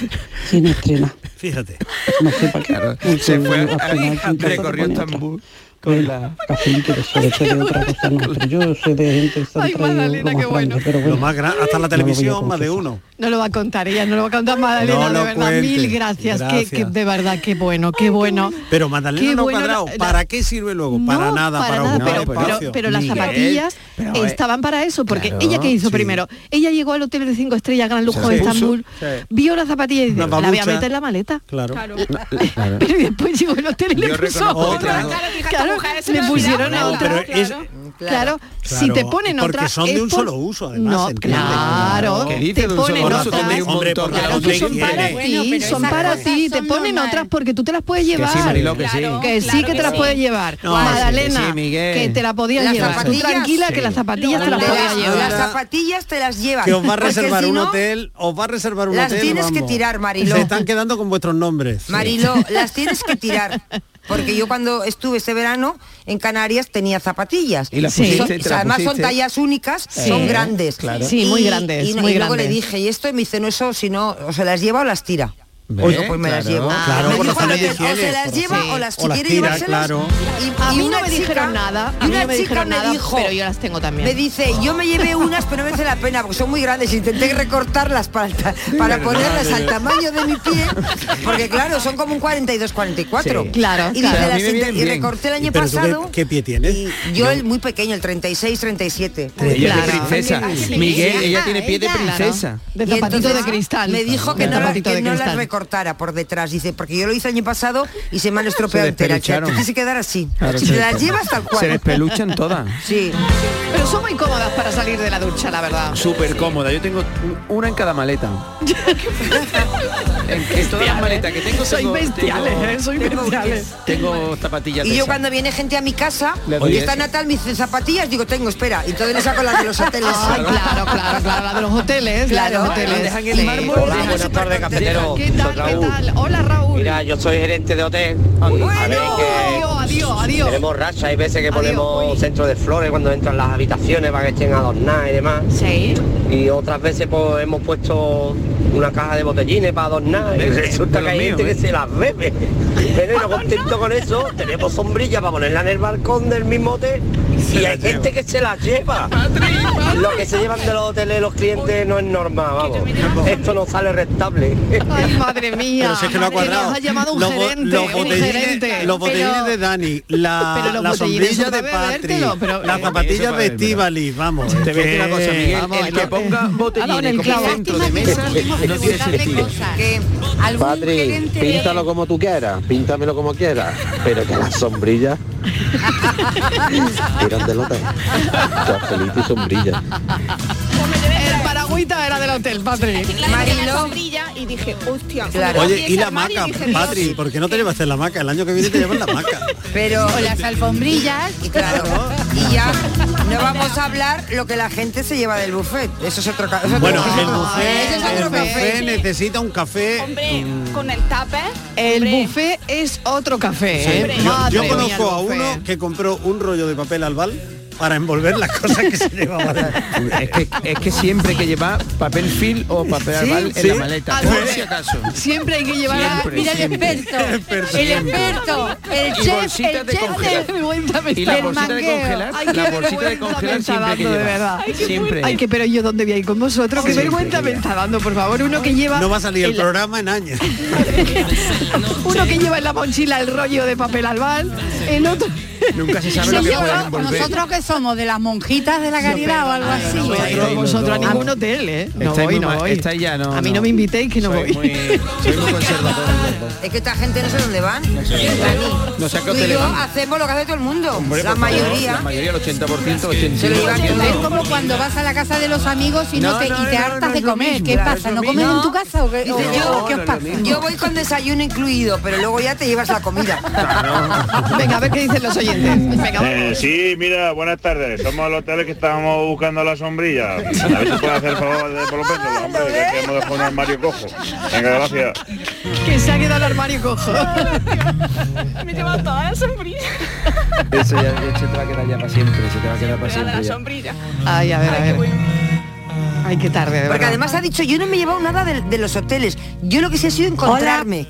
sin estrenar.
Fíjate.
No sé para qué. Porque
se fue
al
a-
final, quien trata
recorrió
te pone
Estambul
otra. Pues, cafelito de sol, eso de otra cosa, no, pero yo soy de gente que se han traído lo más grande, pero bueno,
Lo más gran- hasta
no lo voy
la
a
televisión, más de
confesar.
uno.
No lo va a contar ella, no lo va a contar Madalena,
No lo
de verdad.
cuente.
Mil gracias.
Gracias.
Qué- qué- de verdad, qué bueno, qué bueno.
Pero Magdalena
Qué
no
bueno
cuadrado.
la- la-
¿Para qué sirve luego? para nada, para,
nada,
ocupar
pero, pero-
espacio.
pero las
Miguel.
zapatillas
Pero, eh,
estaban para eso, porque
claro,
ella que hizo
sí.
primero, ella llegó al hotel de cinco estrellas Gran Lujo
Sí.
de
Sí.
Estambul,
Sí.
vio la zapatilla y dice, la
Una
voy a
babucha.
meter en la maleta.
Claro.
Pero después llegó al hotel y le
Yo
puso
reconozco
otra.
otra.
Claro,
mujer se
le
me ha
pusieron
olvidado,
otra.
claro,
claro. Claro, si te ponen
porque
otra
son de
es
un
por-
solo uso, además.
No,
¿entiendes?
claro,
¿Qué
te
dices de un solo
ponen
uso?
otras.
Tiene un Hombre, montón. porque
Claro,
la
que son
otra
para ti,
higiene. Bueno, pero
son
esas
para
cosas
ti, te ponen otras porque tú te las puedes llevar.
Que sí, Marilo, que sí.
Claro, que sí, que
claro
te
que
las
sí.
puedes llevar.
No,
Magdalena,
que sí, Miguel.
que te la podías
Las
llevar. Tú
zapatillas,
tranquila que
sí.
las zapatillas te las
Las-
podías
las
llevar.
zapatillas
Zapatillas te las llevas.
Que os va a
porque
reservar
si
un
no-
hotel, os va a reservar un
las
hotel.
tienes que
vamos.
tirar, Mariló.
Se están quedando con vuestros nombres.
Mariló, las tienes que tirar. Porque yo cuando estuve ese verano en Canarias tenía zapatillas.
Y las
Son-
pusiste, te las
además son
pusiste.
tallas únicas,
Sí,
son grandes.
claro.
Sí, muy grandes,
Y,
muy
y luego
grandes.
le dije, y esto, y me dice, no, eso, si no, o se las lleva o las tira.
Ve,
Oye, pues me las
claro.
llevo.
Claro,
me
por
dijo,
razones
el
de
hotel, o se
higiene,
las
por
lleva
razones.
o las,
O
si
las
quiere
tira,
llevárselas.
claro.
Y-
A
y
mí
una
no me
chica-
dijeron nada, a
y
mí
una
no me
chica
dijeron
me
nada,
dijo-
pero yo las tengo también.
Me dice, yo me llevé unas, pero no merece la pena porque son muy grandes. Intenté recortarlas para, el ta- para
verdad,
ponerlas
de
al
verdad.
tamaño de mi pie, porque claro, son como un 42, 44.
Sí. Claro,
y,
claro.
dije,
A mí
las
me
inte-
vienen
y
bien.
recorté el año
¿Pero tú
pasado.
qué, qué pie tienes?
Yo el muy pequeño, el 36, 37.
Ella es de princesa. Miguel, ella tiene pie de princesa.
Y
De zapatito
entonces
de cristal.
Me dijo que
De
no, la-
zapatito
que
de
no las
cristal.
cortara por detrás. Dice, porque yo lo hice el año pasado y se me han estropeado entera.
despelucharon.
Te quise quedar así.
Claro,
si
se
te la
despeluchan.
llevas tal cual.
Se despeluchan todas.
Sí.
Pero son muy cómodas para salir de la ducha, la verdad.
Súper cómoda. Yo tengo una en cada maleta. en, en todas las maletas que tengo,
Sois
tengo-
bestiales,
tengo-
¿eh? Sois
tengo-
bestiales.
Tengo zapatillas.
Y
de
yo
esas.
cuando viene gente a mi casa
Le doy
y está
eso.
Natal, me dice zapatillas, digo, tengo, espera. Y entonces le saco las de los hoteles.
Ay, claro, claro, claro, la de los hoteles,
Claro,
la de los hoteles.
dejan
Sí.
Hola, buenas tardes, cafetero.
¿Qué tal, qué
Raúl.
tal? Hola, Raúl.
Mira, yo soy gerente de hotel. A ver que
Adiós, adiós, adiós.
Tenemos racha, hay veces que ponemos centro de flores cuando entran las habitaciones para que estén adornadas y demás.
Sí.
Y otras veces pues, hemos puesto una caja de botellines para adornar y
Bebe, de
resulta que
los
hay
míos,
gente
¿eh?
que se las bebe. Pero no contento con eso, tenemos sombrilla para ponerla en el balcón del mismo hotel y hay gente que se las lleva. Lo que se llevan de los hoteles los clientes no es normal, vamos. Esto no sale rentable.
Ay, madre mía.
Pero si es que lo ha cuadrado.
nos ha llamado un
Los bo-
gerente,
los
un
botellines-
gerente.
Los botellines
Pero-
de Dani, la,
pero los
la
botellines
sombrilla
son
de
para
Patri,
bebértelo, pero-
las
Eh,
zapatillas
eso para
de Estíbaliz, vamos.
Te voy a decir una cosa, Miguel, el que ponga botellines como centro de mesa no tiene sentido.
Que algún
Patri,
gerente de-
píntalo como tú quieras, píntamelo como quieras, pero que las sombrillas tiran del hotel. Cafelito y sombrilla.
El paragüita era del hotel, Patri.
la sombrilla y dije, hostia. cuando vi
Oye,
ese
y la
armario,
maca,
dije, Dios,
Patri, ¿por qué no te llevaste la maca? El año que viene te llevas la maca.
Pero
o las alfombrillas.
Claro. Y ya no vamos a hablar lo que la gente se lleva del buffet. Eso es otro ca- eso es
Bueno,
otro-
el
Ese es
buffet, el
otro café.
buffet necesita un café. Mm.
Con el tupper.
El buffet es otro café.
Sí.
¿eh?
Yo,
Madre
yo
mía, el
conozco a
buffet.
uno que compró un rollo de papel albal para envolver las cosas que se llevaban.
Es que, es que siempre hay que llevar papel film o papel
Sí,
albal en
sí.
la
Ah,
maleta, por si acaso.
Siempre hay que llevar a-
Siempre,
mira
siempre.
el experto,
El
el
experto.
experto,
Siempre.
el
Y
chef,
bolsitas
el
de
chef
congelar.
de vergüenza me
Y la
está-
bolsita de
el mangueo.
congelar,
Ay,
la
qué
bolsita de
vergüenza
congelar
me está
siempre hay que
dando, de
llevar.
verdad.
Ay, qué Siempre.
Ay, que pero yo dónde voy a ir con vosotros, qué
Siempre
vergüenza me está dando, por favor, uno que lleva
No va a salir el
en la-
programa en años.
uno que lleva en la mochila el rollo de papel albal, el otro
Nunca se sabe
Sí,
lo que
yo-
pueden envolver.
nosotros que somos de las monjitas de la caridad o algo así.
vosotros, vosotros a
los dos.
ningún hotel, ¿eh? No
Estáis
voy,
muy
no
mal-
voy.
estáis ya, no,
a mí no,
no.
me invitéis que no voy.
Es que esta gente no sé dónde van.
No sé a qué
Tú y
hotel
yo
van.
hacemos lo que hace todo el mundo.
Hombre,
la
por favor,
mayoría.
La mayoría, el 80%,
Se lo llevan
82%.
Es como cuando vas a la casa de los amigos y no,
No,
te,
no,
y te
no,
hartas
no es
de
lo
comer.
mismo.
¿Qué
Claro, es
pasa?
lo
¿No
mismo.
comen en tu
No.
casa o qué?
Dice,
o-
yo,
¿qué os pasa?
yo voy con desayuno incluido, pero luego ya te llevas la comida.
Venga, a ver qué dicen los oyentes. Venga, vamos.
Eh, sí, mira, buenas tardes. Somos los hoteles que estábamos buscando la sombrilla. A ver si puede hacer el favor de por lo menos, hombre, que hemos dejado un armario cojo. Venga, gracias.
que se ha quedado el armario cojo.
Me he llevado toda la sombrilla.
Eso ya, de hecho, te va a quedar ya para siempre. Se te va a quedar
pues
para
La de la
siempre. ya.
sombrilla.
Ay, a ver, a ver. Ay, qué tarde, de
Porque
verdad.
además ha dicho, yo no me he llevado nada de, de los hoteles. Yo lo que sí ha sido encontrarme.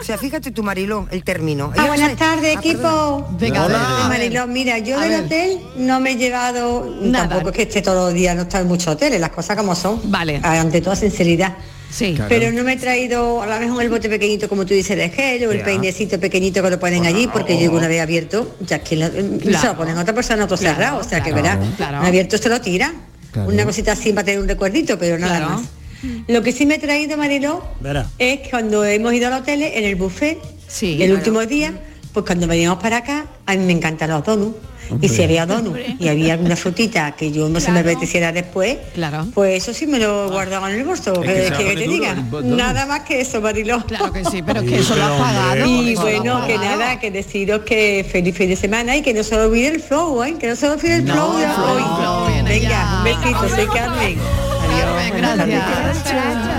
O sea, fíjate tú, Mariló, el término.
Ah, buenas tardes, equipo.
Venga, Hola. a ver.
Mariló, mira, yo
A
del
ver.
hotel no me he llevado nada. Tampoco es que esté todos los días, no está en muchos hoteles, las cosas como son. Vale. Ante toda sinceridad.
Sí.
Pero no me he traído, a la vez con el bote pequeñito, como tú dices, de gel, o el
Ya.
peinecito pequeñito que lo ponen allí, porque yo una vez abierto, ya que lo, mm, se lo
Claro.
ponen a otra persona, a otro
Claro,
cerrado, o sea que
claro.
verás,
Claro.
abierto se lo tira.
Claro.
Una cosita así va a tener un recuerdito, pero nada
Claro.
más. Lo que sí me he traído, Mariló,
Verá.
es que cuando hemos ido al hotel, en el buffet, y el claro. último día, pues cuando veníamos para acá, a mí me encantan los donuts.
Hombre.
Y si había donuts y había alguna frutita que yo no se me apeteciera después, pues eso sí me lo guardaba en el bolso.
que
¿Qué
se va a
quieres que
poner
te
duro
diga?
el donut.
Nada más que eso, Mariló.
Claro que sí, pero que eso lo has
ha
pagado.
Y
eso lo has
bueno, que
pagado.
nada, que deciros que feliz fin de semana y que no se olvide el flow, ¿eh? Que no se olvide el flow de hoy. Venga, un besito, soy Carmen. Adiós. buenas tardes.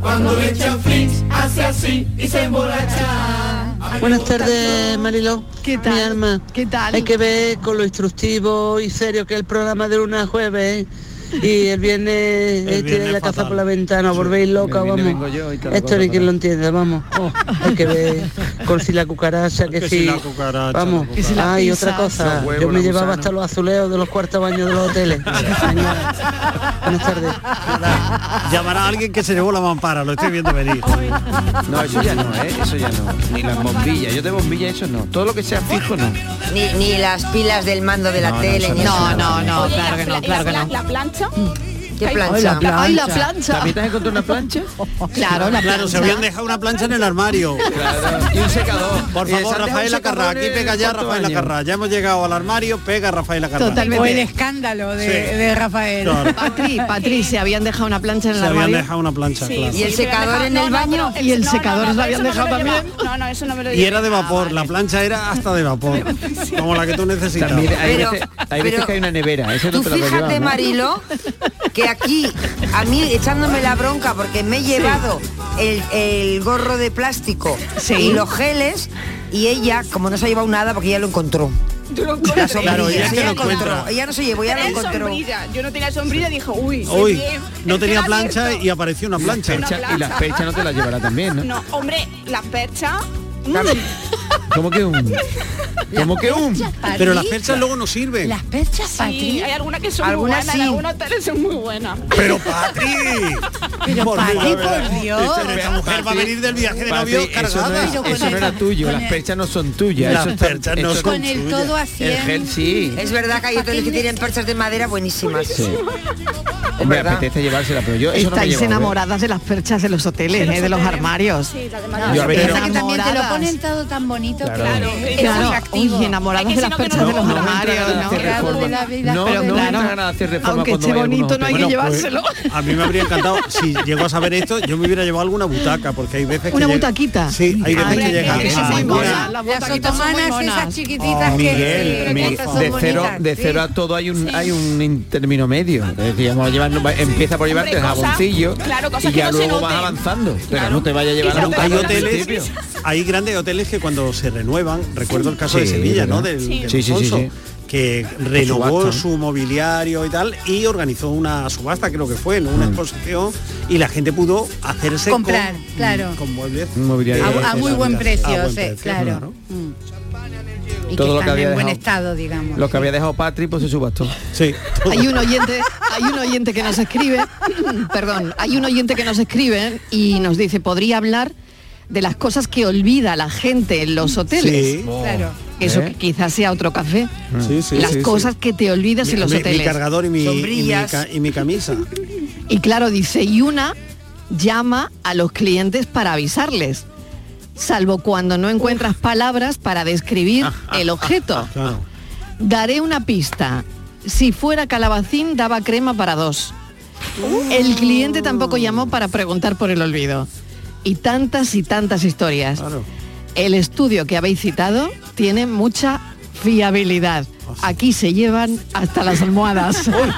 Cuando echan flicks, hace así y se emborracha.
Buenas tardes, Mariló. ¿Qué tal? Mi alma.
¿Qué tal?
Hay que ver con lo instructivo y serio que es el programa de lunes a jueves. ¿eh? Y el viernes eh, tiene la caza por la ventana, volvéis loca,
viernes
vamos.
vengo yo y tal
Esto
cosa,
ni quien lo entiende, vamos. Hay que ver con si la cucaracha, que,
Oh. Que si
si.
la cucaracha,
vamos.
la Que si la
Ay,
pizza.
otra cosa.
Los huevos,
Yo me
la
llevaba
gusana.
hasta los azuleos de los cuartos baños de los hoteles. Señora. Buenas tardes.
Llamará a alguien que se llevó la mampara, lo estoy viendo venir.
No, eso ya no, ¿eh? Eso ya no. Ni las bombillas. Yo de bombilla eso no. Todo lo que sea fijo no.
Ni, ni las pilas del mando de la
No, no,
tele.
eso
ni
no
eso.
se No, no,
no,
Oye, la pla- la, pla- la plancha.
¿Qué plancha?
Ay, la plancha. Ay, la plancha.
¿También te has encontrado una plancha?
Claro, la
Claro, se
plancha.
habían dejado una plancha en el armario.
Y un secador.
Por
Y se han
favor,
dejado
Rafael
un
Acarrá,
secador
aquí
en
pega ya
cuarto
Rafael
año.
Acarrá. Ya hemos llegado al armario, pega Rafael Acarrá.
O el escándalo de,
Sí.
de Rafael.
Claro.
Patri, Patri, se habían dejado una plancha en el
Se habían
armario.
dejado una plancha,
Sí,
claro.
sí, pero dejaba- no, no,
baño
pero
y el
no, no,
secador
no,
lo habían
eso no me
dejado
lo
también.
llevaba. No, no, eso no me lo
Y era
llevaba.
de vapor, la plancha era hasta de vapor, como la que tú necesitas.
También hay
Pero-
veces, hay veces
pero-
que hay una nevera. Eso no
Tú
te lo puedes llevar,
fíjate,
¿no?
Marilo, que aquí, a mí echándome la bronca porque me he llevado el, el gorro de plástico
Sí.
y los geles y ella, como no se ha llevado nada porque ya lo encontró. Las
Claro, ella
sombrillas,
que
ella
lo
encontró.
encuentra.
Ella no se llevó, ya lo
Tenía
encontró.
sombrilla. Yo no tenía sombrilla, dijo, uy, qué
Hoy
bien.
no
Es que
tenía
la
plancha
abierto.
y apareció una plancha.
Una plancha.
Y las perchas no te las llevará también, ¿no?
No, hombre, la percha.
mm.
¿Cómo que un? ¿Cómo que un?
Pero las perchas luego no sirven.
Las perchas,
Sí, hay algunas que son
Algunas
muy buenas,
sí.
algunos hoteles son muy buenas.
Pero Patri.
Pero Patri, por Dios.
Pero esta mujer va a venir del viaje de
Patri,
novios
eso no,
cargada.
es-
Pero con
eso no
el-
era tuyo,
con
las
el-
perchas no son tuyas.
Las
eso está-
perchas no
eso-
son-
Con el todo a 100.
El gel sí.
Es verdad que hay hoteles que tienen perchas de madera buenísimas.
Sí. Hombre,
verdad.
apetece llevársela, pero yo eso no me
Estáis
llevo. ¿eh?
enamoradas de las perchas de los hoteles, eh, de los armarios.
Sí, las demás.
Ah,
Yo a veces-
Piensa que también te lo
Enamoradas.
ponen todo tan bonito
Claro.
claro,
Claro.
es
Claro,
atractivo.
oye, enamoradas
Es que
de
si
las
no, que
perchas
no-
de los
no,
no entra
armarios.
nada,
¿no?
hacer
Claro,
reforma.
de la vida,
No,
pero
no
claro,
entra nada, hacer reforma
Aunque
cuando
esté
hay algunos
bonito, no hay que
hoteles.
pues,
llevárselo.
a mí me habría encantado, si llego a saber esto, yo me hubiera llevado alguna butaca, porque hay veces que
Una
llega-
butaquita.
Sí, hay veces
Ay,
que llega.
que son
Ah,
muy
mira.
monas, las
Las
botaquitas son muy
otomanas esas
monas.
chiquititas que
Miguel,
que
Miguel,
son
de cero,
bonitas,
de
sí.
cero a todo hay un hay un in- término medio. Es decir, vamos a llevarnos- va- empieza por llevarte el
Hombre, cosas-
jaboncillo
claro, cosas
y
que
ya
no se
luego vas
noten.
avanzando. Pero
Claro.
no te vaya a llevar
Quizás
nunca
te
Hay
Al
hoteles,
principio.
hay grandes hoteles que cuando se renuevan, recuerdo el caso de
Sí,
Sevilla, ¿no?
¿verdad?
Del,
Sí.
del
Sí, sí, sí,
Alfonso,
sí.
que renovó
subasta, ¿no?
su mobiliario y tal y organizó una subasta, creo que fue, ¿no? una
Mm.
exposición y la gente pudo hacerse con-
Comprar, claro.
con muebles
Un mobiliario
A-
de-
a,
de
muy
la
buen
vida.
precio,
a buen
sí,
precio,
claro.
claro.
Mm. Y
Todo lo
que
que
están
había
en buen
dejado.
estado, digamos.
Lo que había dejado Patri, pues se subastó.
Sí.
Hay un oyente, hay un oyente que nos escribe, perdón, hay un oyente que nos escribe y nos dice, podría hablar de las cosas que olvida la gente en los hoteles.
Sí.
Claro.
Eso
¿Eh?
que quizás sea otro café.
Sí, sí,
las
sí, sí.
cosas que te olvidas
Mm. Mi-
en los
mi, mi
hoteles.
cargador y mi, y mi
Sombrillas.
ca- y mi camisa.
Y claro, dice, y una llama a los clientes para avisarles, salvo cuando no encuentras palabras para describir el objeto.
Claro.
Daré una pista. Si fuera calabacín, daba crema para dos. El cliente tampoco llamó para preguntar por el olvido. Y tantas y tantas historias.
Claro.
El estudio que habéis citado tiene mucha fiabilidad. Aquí se llevan hasta las almohadas.
Bueno,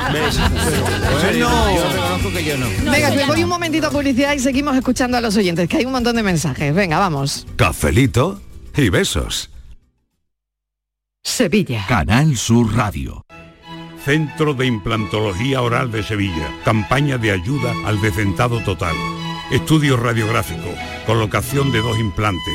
yo reconozco que yo no.
Venga, que me voy un momentito a publicidad y seguimos escuchando a los oyentes, que hay un montón de mensajes. Venga, vamos.
Cafelito y besos.
Sevilla.
Canal Sur Radio.
Centro de Implantología Oral de Sevilla. Campaña de ayuda al desentado total. Estudio radiográfico, colocación de dos implantes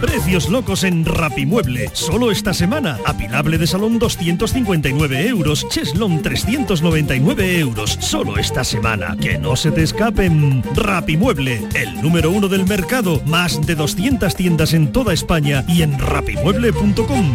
Precios locos en Rapimueble. Solo esta semana. Apilable de salón 259 euros. Cheslon 399 euros. Solo esta semana. Que no se te escapen. Rapimueble, el número uno del mercado. Más de 200 tiendas en toda España y en rapimueble.com.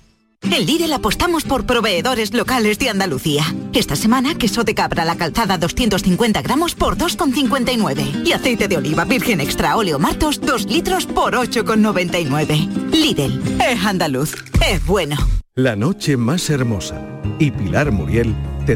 En Lidl apostamos por proveedores locales de Andalucía. Esta semana, queso de cabra la calzada 250 gramos por 2,59. Y aceite de oliva virgen extra óleo martos 2 litros por 8,99. Lidl, es andaluz, es bueno.
La noche más hermosa y Pilar Muriel te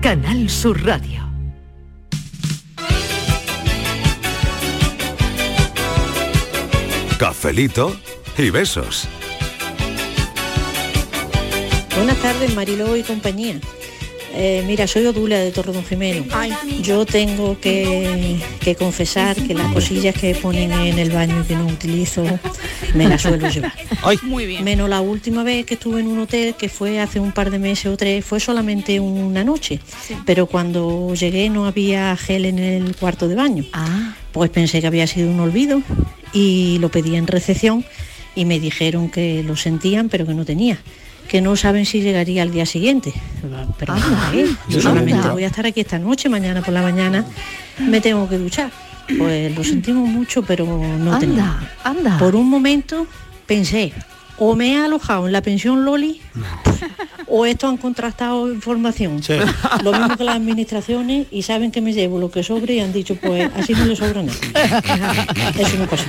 Canal Sur Radio.
Cafelito y besos.
Buenas tardes, Mariló y compañía. Eh, mira, soy Odula de Torre Don Jimeno. Yo tengo que, que confesar que las cosillas que ponen en el baño y que no utilizo me las suelo llevar.
Muy bien.
Menos la última vez que estuve en un hotel, que fue hace un par de meses o tres, fue solamente una noche. Pero cuando llegué no había gel en el cuarto de baño.
Ah.
Pues pensé que había sido un olvido y lo pedí en recepción y me dijeron que lo sentían pero que no tenía que no saben si llegaría al día siguiente.
Ah,
Pero nada, ¿eh? yo anda. solamente voy a estar aquí esta noche, mañana por la mañana me tengo que duchar. Pues lo sentimos mucho, pero no tenía.
Anda.
Por un momento pensé, o me he alojado en la pensión Loli, o esto han contrastado información. Lo mismo que las administraciones y saben que me llevo lo que sobre y han dicho, pues así no le sobra nada. Es una cosa.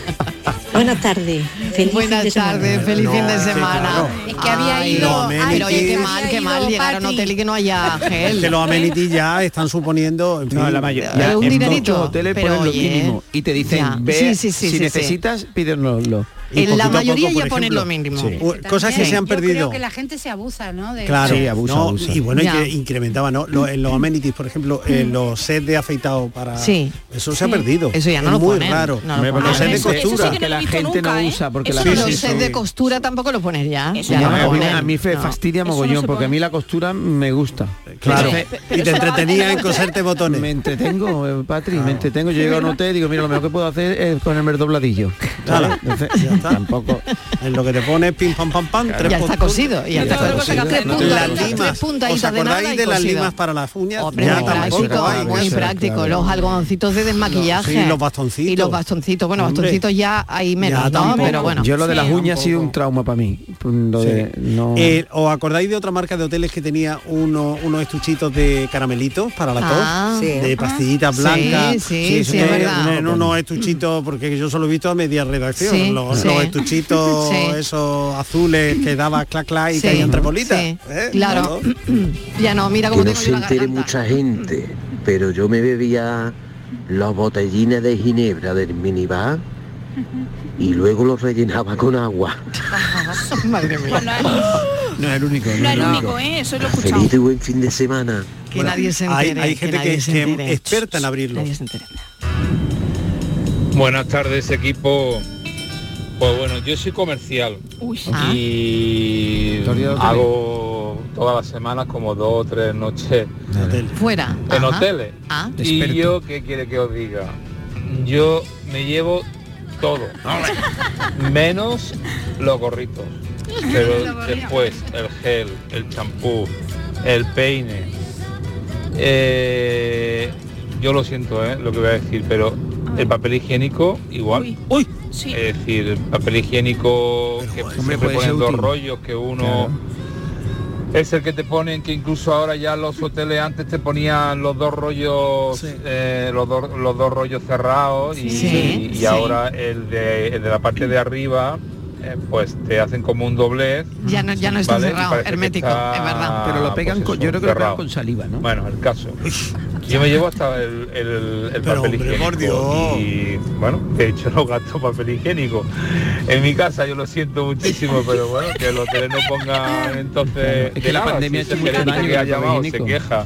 Buenas tardes. Feliz
Buenas tardes, feliz fin de semana. Es
que había ido- ay,
pero oye, qué
había
mal, qué
ido
mal llegar a un
Pati.
hotel y que no haya
Es
gel.
que los amenities ya están suponiendo en
No,
fin,
la mayoría. ya
un
en
dinerito,
muchos hoteles
pero
ponen lo
oye,
mínimo y te dicen,
ya.
ve,
Sí, sí, sí,
si
sí,
necesitas, pídenoslo.
En la mayoría ya
por
ponen
ejemplo.
lo mínimo.
Sí.
u- cosas que se han
Yo creo
perdido.
que la gente se abusa, ¿no? De-
Claro,
Sí, abusa,
no,
abusa.
y bueno, y
Ya.
que incrementaba, ¿no? Lo- en los amenities, por ejemplo, en los sets de afeitado para...
Sí.
Eso se ha
Sí.
perdido.
Eso ya no
es
lo
muy
ponen,
raro.
no lo Hombre, porque ponen.
los sets de
Ah, Eso- eso sí
costura.
que no lo he Que la visto gente no nunca, ¿eh? usa, porque
Eso
la
de
gente
los
sí
sets de
sube.
costura tampoco lo pones ya.
Ya,
ya no
a
lo
mí-
ponen.
a mí me
No.
fastidia mogollón porque a mí la costura me gusta.
Claro.
Entonces-
Pero- pero Y te eso- entretenía en coserte botones. Ah.
Me entretengo, eh, Patri, me entretengo. Yo llego a un hotel y digo, mira, lo mejor que puedo hacer es ponerme el dobladillo.
Claro.
Entonces,
Tampoco. En lo que te pones pim pam pam pam, tres
Ya está
puntos.
cosido, ya está cosido. Tres
No te-
puntas,
las
tres
limas.
puntaditas
¿Os
de nada
acordáis
y
de las
cosido.
limas para las uñas?
Hombre,
Ya
muy
tampoco
práctico,
hay.
muy práctico. Los algodoncitos de desmaquillaje.
Sí, los bastoncitos.
Y los bastoncitos. Bueno,
Hombre.
bastoncitos ya hay menos, ¿no?
tampoco.
Pero bueno.
yo lo de las
Sí,
uñas ha sido un trauma para mí. Lo de-
Sí.
no-
Eh, ¿Os acordáis de otra marca de hoteles que tenía uno- unos estuchitos de caramelitos para la tos?
Ah. Sí.
De pastillitas
Sí,
blancas.
sí,
eso
sí,
que
es verdad.
ponen unos estuchitos, porque yo solo he visto a media redacción,
Sí,
los,
sí.
los estuchitos
Sí.
esos azules que daba clac clac y
Sí,
caían tres bolitas.
sí.
¿eh?
Claro. Ya no, mira cómo
que no
tengo
se
yo la
entere
garganta.
mucha gente, pero yo me bebía los botellines de ginebra del minibar y luego los rellenaba con agua.
Madre mía.
No es el único.
No es el único, ¿eh? Eso lo he escuchado.
Feliz y buen fin de semana.
Que nadie se
hay-
entere.
hay gente
nadie
que-
se
que
entere.
experta en abrirlo.
Nadie se entere.
Buenas tardes equipo. Pues bueno, yo soy comercial
¿ah?
y
Historia de hoteles.
hago todas las semanas como dos o tres noches
Fuera.
en
Ajá.
hoteles.
Ah.
Y yo, ¿qué quiere que os diga? Yo me llevo todo, menos los gorritos. Pero después, el gel, el champú, el peine. Eh, yo lo siento, ¿eh? lo que voy a decir, pero el papel higiénico igual.
Uy. Sí.
Es decir, el papel higiénico que siempre
puede ser
ponen dos
útil.
rollos, que uno es el que te ponen, que incluso ahora ya los hoteles antes te ponían los dos rollos, eh, los, dos- los dos rollos cerrados y,
Sí.
y
Sí.
ahora el de, el de la parte de arriba, eh, pues te hacen como un doblez.
Ya no, ya no está
¿vale? Y
cerrado,
parece que
hermético,
está,
es verdad.
Pero lo pegan
pues
con-
eso,
yo creo que lo pegan
cerrado.
con saliva, ¿no?
Bueno, el caso. Yo me llevo hasta el, el- el papel higiénico. Y bueno, de hecho no gasto papel higiénico. En mi casa yo lo siento muchísimo, pero bueno, que los hoteles no pongan entonces.
Es que
Eh, de
la
nada.
pandemia
Si
ha hecho
ese
mucho
gerente
daño
que ha
al papel
llamado se
higiénico.
queja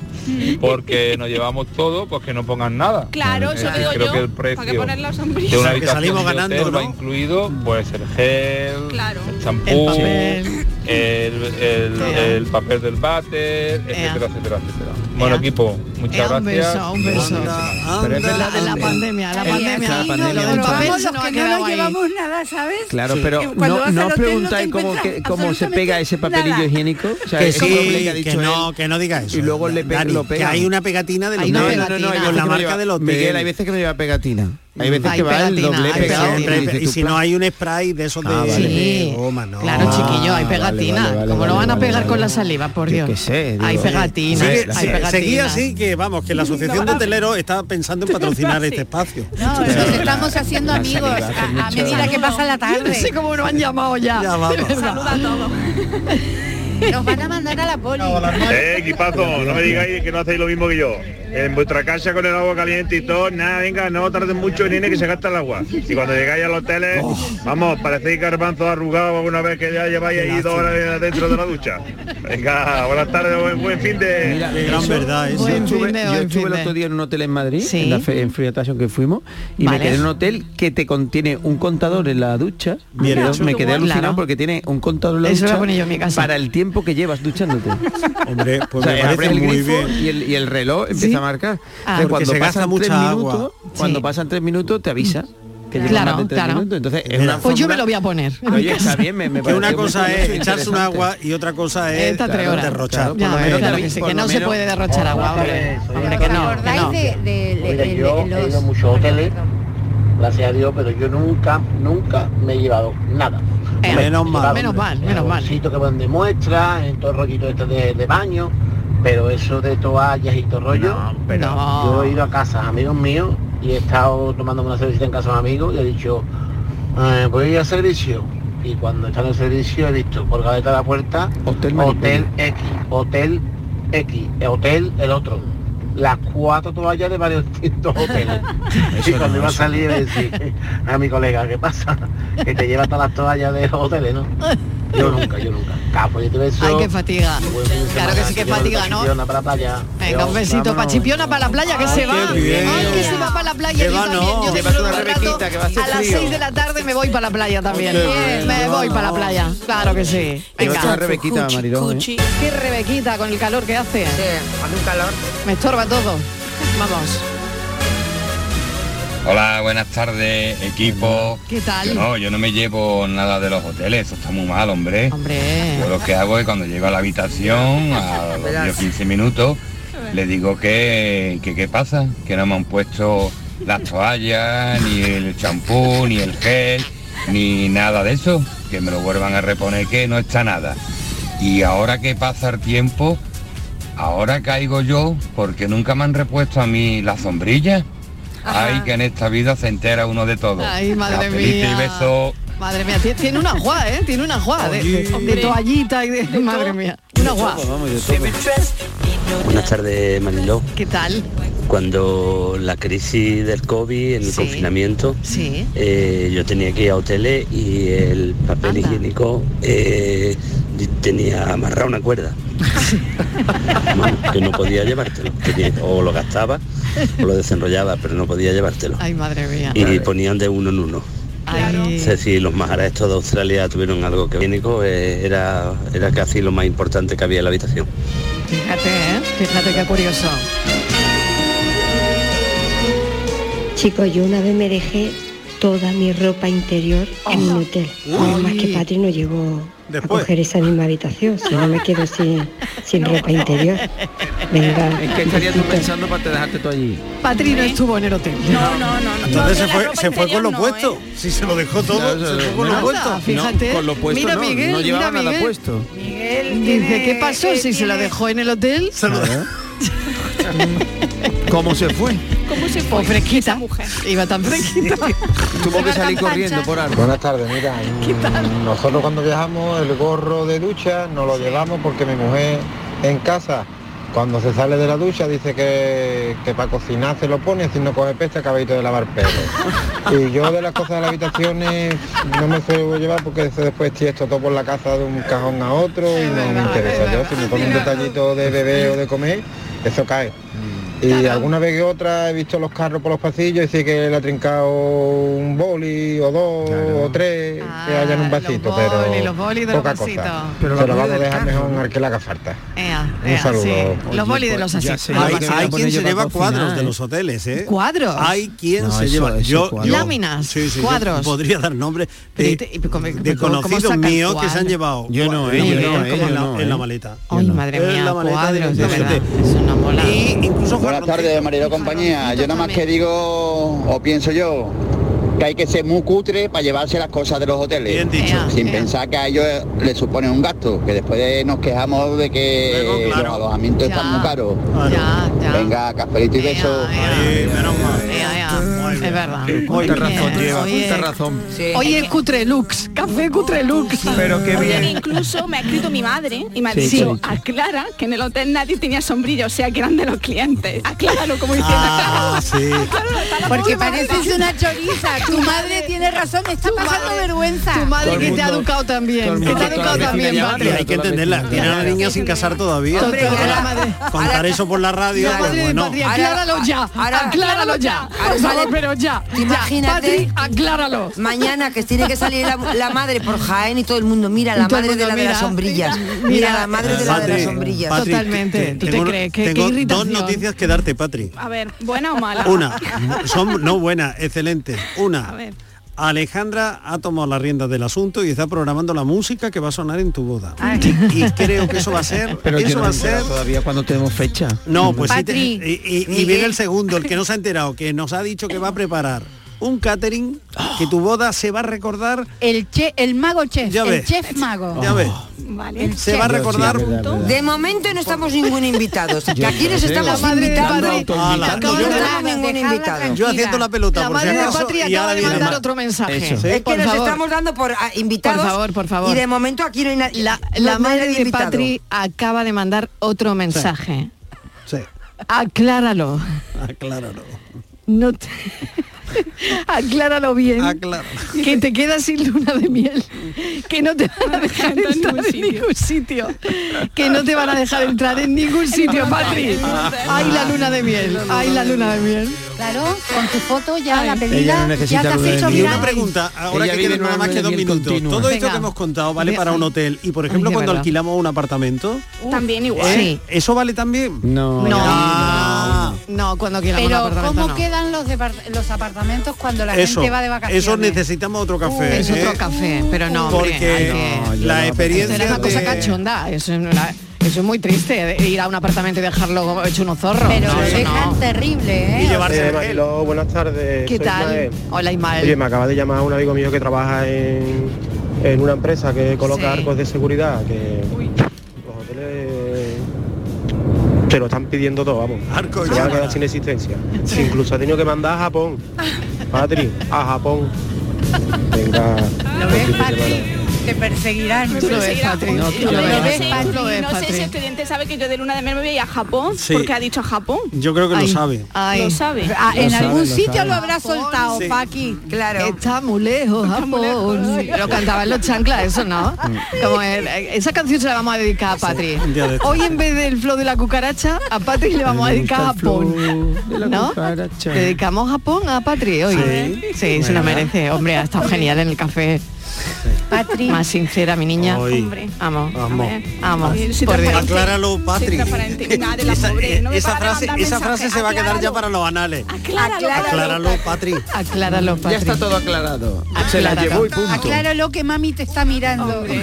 porque nos llevamos todo, pues que no pongan nada.
Claro,
Es
eso
decir,
digo
creo
yo,
que el
¿para qué
precio
poner la sombrilla?
de
O
una
sea, que
habitación
salimos
de hotel
ganando,
va
¿no?
incluido pues el gel,
Claro.
el champú,
El
el,
papel.
el- el papel del váter, etcétera, etcétera, etcétera. Bueno equipo, muchas
un
gracias.
beso, un beso.
Pero es
La de la pandemia, la
Es
pandemia.
la pandemia.
Lo del papel
Vamos
se
los
nos ha
que no
quedado
nos
ahí.
llevamos nada, ¿sabes?
Claro,
Sí.
pero
Que cuando
no,
vas
no
al
os
hotel
preguntáis
te
cómo, que-
encuentras
cómo se pega ese papelillo
nada.
higiénico. O sea,
Que
eso es
sí,
lo que ha
que
dicho
no,
él.
que no diga eso.
Y luego le, pe-
Dani,
lo
que
pegan.
hay una pegatina del
Hay una
hotel.
pegatina.
Con
hay veces
la
que
marca
lleva-
del hotel.
Miguel, hay veces que no lleva pegatina. Hay veces
Hay
que va el
pegatina,
doble
hay
pegado.
siempre,
dices
y
tú,
si no hay un spray de esos de,
Ah, vale.
de goma, no.
Claro, chiquillo, hay pegatina.
vale, vale,
¿Cómo lo
vale,
van a
vale,
pegar
vale.
con la saliva, por Dios?
que sé, digo,
hay
oye,
pegatinas,
Sigue-
hay
se-
pegatinas.
seguía así que vamos, que la asociación de hoteleros está pensando en patrocinar
Sí.
este espacio.
No, nos estamos haciendo
La
amigos
saliva hace
a, a
mucho-
medida que pasa la
Yo
tarde.
no sé cómo nos han llamado ya.
Ya vamos.
De verdad.
Saluda a todos. Nos van a mandar a la poli.
Eh, equipazo, no me digáis que no hacéis lo mismo que yo. En vuestra casa con el agua caliente y todo, nada, venga, no tarden mucho en ir que se gasta el agua. Y cuando llegáis a los hoteles,
Oh.
vamos, parecéis garbanzos arrugados alguna vez que ya lleváis ahí dos horas dentro de la ducha. Venga, buenas tardes, buen, buen fin
"Pues,
de...
gran verdad
Yo estuve, yo estuve el otro día en un hotel en Madrid, en, la fe- en Free Attraction que fuimos, y
Vale.
me quedé en un hotel que te contiene un contador en la ducha.
Bien
Pero
hecho.
me quedé
Claro.
alucinado porque tiene un contador en la
Eso lo
ducha
pone yo en mi casa.
para el tiempo que llevas duchándote.
Hombre,
O
pues
sea,
me
abres
parece
el
muy
grifo
bien.
Y el, y el reloj empieza
Sí.
a marcar.
Ah.
Entonces,
Porque
cuando
se gasta
pasan tres
mucha
minutos,
agua.
cuando
Sí.
pasan tres minutos te avisa. Que llevan
Claro,
más de tres
claro.
minutos. Entonces, es una
Pues yo me
fórmula-
lo voy a poner.
Oye, está bien, me, me
Que una
pareció
cosa
muy
es
curioso,
echarse un
interesante.
agua y otra cosa es
Esta tres
claro,
horas.
derrochar.
Ya,
Por lo
eh, claro
menos
que
David,
sí,
por
que
lo
no se
menos-
puede derrochar agua, hombre. Hombre, que no, que no.
de, de- de-
Oiga,
de-
yo
de
he
los-
ido a muchos hoteles, gracias a Dios, pero yo nunca, nunca me he llevado nada.
Eh, menos mal, menos mal, menos mal.
sitio que van de muestra, en todo el rollito este de, de baño, pero eso de toallas y todo rollo, yo
Ah.
he ido a casas, amigos míos, y he estado tomando una cervecita en casa de un amigo y he dicho, eh, voy a ir al servicio. Y cuando está en el servicio he visto por gaveta de la puerta, hotel, X, hotel X, eh, hotel el otro. Las cuatro toallas de varios distintos hoteles. y
no,
cuando iba a
eso
salir
no.
le decía a mi colega, ¿qué pasa? Que te lleva todas las toallas de los hoteles, ¿no? Yo nunca, yo nunca. Capo, yo te beso.
Ay, qué fatiga.
Buen fin de
Claro que
semana,
sí que
señor,
fatiga, ¿no?
pasión, para la playa.
Venga, un
Adiós.
besito para Chipiona, para la playa, que
Ay,
se va.
qué bien.
Ay, que se va para la playa.
Que
yo
va,
también,
no.
yo
Llévate
dentro de
una
un rato,
rebequita, que va a hacer
las
frío.
6 de la tarde me voy para la playa también.
Qué bien.
Me
No,
voy
no.
para la playa. Claro que sí. Venga.
Llévate una rebequita, Marilón, ¿eh?
Qué rebequita con el calor que hace. Sí, con un calor. Me estorba todo. Vamos.
Hola, buenas tardes, equipo.
¿Qué tal?
Yo no, yo no me llevo nada de los hoteles, eso está muy mal, hombre.
Hombre.
Yo lo que hago es cuando llego a la habitación, a los
Verás.
10 15 minutos, le digo que, que qué pasa, que no me han puesto las toallas, ni el champú, ni el gel, ni nada de eso, que me lo vuelvan a reponer que no está nada. Y ahora que pasa el tiempo, ahora caigo yo porque nunca me han repuesto a mí la sombrilla. Ay, que en esta vida se entera uno de todo.
Ay, madre
Cafelito
mía.
y beso.
Madre mía, tie- tiene una juá, ¿eh? Tiene una juá de, de- de toallita y de... Madre mía. Una juá.
Buenas tardes, Mariló.
¿Qué tal?
Cuando la crisis del COVID, el confinamiento,
Sí.
eh, yo tenía que ir a hoteles y el papel higiénico eh, tenía amarrado una cuerda. Vamos, que no podía llevártelo. Tenía- o lo gastaba o lo desenrollaba, pero no podía llevártelo.
Ay, madre mía.
Y ponían de uno en uno.
Ay.
Es decir, los majaras estos de Australia tuvieron algo que higiénico, eh, era, era casi lo más importante que había en la habitación.
Fíjate, ¿eh? Fíjate qué curioso.
¿eh?
Chicos, yo una vez me dejé toda mi ropa interior
Oh.
en un hotel. Nada más que Patri no llegó a coger esa misma habitación, si no me quedo sin, sin ropa interior. Venga.
¿En qué estarías tú pensando para te dejarte tú allí?
Patri no estuvo en el hotel.
No, no,
no.
Entonces se fue, se fue con lo puesto.
¿eh?
Si se lo dejó todo,
No,
se
eso-
fue con lo
no,
puesto.
no, Fíjate. con lo puesto
mira
no,
Miguel,
no llevaba
mira
nada
Miguel.
puesto.
Dice, ¿qué pasó? Si se la dejó en el hotel.
¿Cómo se fue?
¿Cómo se fue? fresquita. Iba tan fresquita.
Tuvo que salir corriendo por algo.
Buenas tardes, mira, nosotros cuando viajamos el gorro de ducha nos lo llevamos porque mi mujer en casa
Cuando se sale de la ducha dice que, que para cocinar se lo pone, si no coge peste acabadito de lavar pelo. Y yo de las cosas de las habitaciones no me suelo llevar porque eso después esto todo por la casa de un cajón a otro y no me interesa. Yo si me pone un detallito de bebé o de comer, eso cae. Y alguna vez que otra he visto los carros por los pasillos y sí que le ha trincado un boli o dos o tres que haya en un vasito,
Ah, bolis,
pero
los bolis de los
poca
vasitos.
cosa.
Pero la
se lo
comida
vamos a
del
dejar mejor al que la haga falta.
Ea,
Un
ea,
saludo.
sí.
Oye,
Los bolis de los
pues ya
asientos.
sé. Hay-
Vamos a
Hay
poner
quien
yo
se
para
lleva
cocinar,
cuadros de
¿eh?
los hoteles, ¿eh?
¿Cuadros?
Hay quien
No,
se
eso-
lleva.
eso
Yo,
cuadro.
yo-
Láminas,
sí, sí, yo
cuadros.
podría dar nombre
Pero
de,
y te- y come-
de
pero ¿cómo
conocidos
sacan
míos que
cuadro?
se han llevado.
Yo no, eh,
en la
yo no,
maleta,
eh, yo
en la-
no,
en la
eh.
maleta.
Ay, madre
En
mía,
la maleta
cuadros, de verdad.
directamente.
Eso no mola.
Buenas tardes, marido compañía. Yo nada más que digo, o pienso yo, que hay que ser muy cutre para llevarse las cosas de los hoteles. Sin pensar que a ellos les supone un gasto, que después nos quejamos de que los alojamientos están muy caros. Venga, casperito y beso.
Es verdad.
Cuánta razón lleva,
oye.
cuánta razón.
Oye, cutre lux, café cutre lux.
Pero qué
Oye, que
bien.
incluso me ha escrito mi madre y me ha
Sí,
dicho,
sí.
aclara que en el hotel nadie tenía sombrilla, o sea que eran de los clientes. Acláralo como diciendo,
Ah, sí.
Porque pareces una choriza. Tu madre tiene razón, me está pasando vergüenza. Tu
Madre que te ha educado también. Que te ha educado también,
Patri,
madre.
Hay que entenderla. Tiene a la niña sin casar todavía.
Hombre,
Entonces,
ahora-
Contar eso por la radio,
Madre
pues
de
bueno.
Patri, acláralo ya.
ahora-
acláralo ya.
ahora
Por favor,
sale-
pero ya.
Tú imagínate-
Ya. Patri, acláralo.
Mañana
que tiene que salir la, la madre por Jaén y todo el mundo mira
Y
la
todo el
madre de
mundo
la de las
mira,
sombrillas.
mira,
Mira
mira.
la madre de la de las sombrillas.
Patri,
Totalmente.
te-
¿Tú te
tengo-
crees? Qué-
tengo
qué
dos
irritación.
noticias que darte, Patri.
a ver, buena o mala.
Una, son no buenas, excelentes.
A
Una,
ver.
Alejandra ha tomado las riendas del asunto y está programando la música que va a sonar en tu boda.
Ah,
Y creo que eso va a ser,
Pero yo
eso
no
va
me
a
entero
ser.
todavía cuando tenemos fecha.
No, pues sí te-
Patri,
y, y- y
Miguel.
viene el segundo, el que no se ha enterado, que nos ha dicho que va a preparar un catering, que tu boda se va a recordar,
El, che, el mago chef,
Ya
el
ves.
chef mago.
ya ves,
El
se
chef.
va a recordar
De momento no estamos ningún invitado. Que
Yo
aquí les
sé.
estamos
La madre de
invitando.
Patri- Ah, la-
Aquí no
yo-
estamos
Dejadla,
ningún
dejadla
invitado.
Yo haciendo la pelota,
La
por si
madre de
acaso,
Patri
y
acaba
ahora
de
viene
mandar
más.
otro
mensaje.
Eso.
Es que
por
nos
favor.
estamos dando por ah, invitados.
Por favor, por favor.
Y de momento aquí no hay na-
La,
no hay
la
nadie
madre de
invitado.
Patri acaba de mandar otro mensaje. Acláralo.
Acláralo.
No te- Acláralo bien. Que te quedas sin luna de miel. Que no te van a dejar entrar en ningún sitio. Que no te van a dejar entrar en ningún sitio, Patri. Ay, la luna de miel. Ay, la luna de miel.
Claro, con tu foto ya la
Ella
pedida, ya te has hecho
Y una
viral.
pregunta, ahora
Ella
que
vive
quedan
en
nada
una
más que dos
luna de miel
minutos.
continua.
Todo esto
Venga.
que hemos contado vale para un hotel y por ejemplo
de
cuando
verdad.
alquilamos un apartamento,
También
¿eh? ¿eso vale también?
No.
No.
Ah.
No, cuando quieras un
Pero
apartamento,
¿cómo
no.
quedan los, depart- los apartamentos cuando la
eso,
gente va de vacaciones?
eso necesitamos otro café.
es
¿eh?
otro café, pero no, hombre, hay
Porque
que-
la experiencia
Esto era una cosa
de-
cachonda, eso, es una- eso es muy triste, de ir a un apartamento y dejarlo hecho unos zorros.
Pero
No, eso
dejan
no.
terrible, ¿eh?
Y llevarse
O
Eh,
sea,
Mariló, buenas tardes.
¿Qué
soy
tal?
Ismael.
Hola Ismael.
Oye, me acaba de llamar un amigo mío que trabaja en, en una empresa que coloca
Sí.
arcos de seguridad, que los hoteles te lo están pidiendo todo, vamos.
Arcos
Se van a quedar sin existencia. Incluso ha tenido que mandar a Japón. Patri, a Japón. Venga. buen fin de semana.
Te perseguirán.
Me
Tú lo ves,
perseguirán.
Patri. No, tú
Yo
lo
no
ves,
sé-
Patri. Tú lo ves,
No sé
Patri.
si el cliente sabe que yo de luna de miel me voy a ir a Japón,
Sí.
porque ha dicho a Japón.
Yo creo que lo
Ay,
sabe.
ay. Lo sabe.
Ah,
Lo
en
sabe,
algún
lo
sitio
sabe.
lo habrá soltado,
Sí.
Paqui. Claro.
Está muy lejos, Japón. Lo cantaban los chanclas, eso, ¿no? Como el- esa canción se la vamos a dedicar a Patri.
un día de estos.
Hoy en vez del flow de la cucaracha, a Patri le vamos a
Me
dedicar a
gusta el flow
Japón.
de la
¿No?
cucaracha.
Le dedicamos Japón a Patri hoy. Sí, se lo
Bueno.
merece. Hombre, ha estado genial en el café.
Patri.
Más sincera, mi niña.
Hoy.
Hombre. Amo.
Vamos.
Amo.
Sí,
Por Dios.
Acláralo, Patri.
Nada de la
Esa, eh,
pobre, no me
esa
van a
frase,
mandar
esa frase
mensaje,
se va a quedar ya
acláralo.
para los anales.
Acláralo,
Acláralo, Patri.
Acláralo,
Ya está todo aclarado. Se la
Aclarado.
llevó y punto.
Claro lo que mami te está mirando.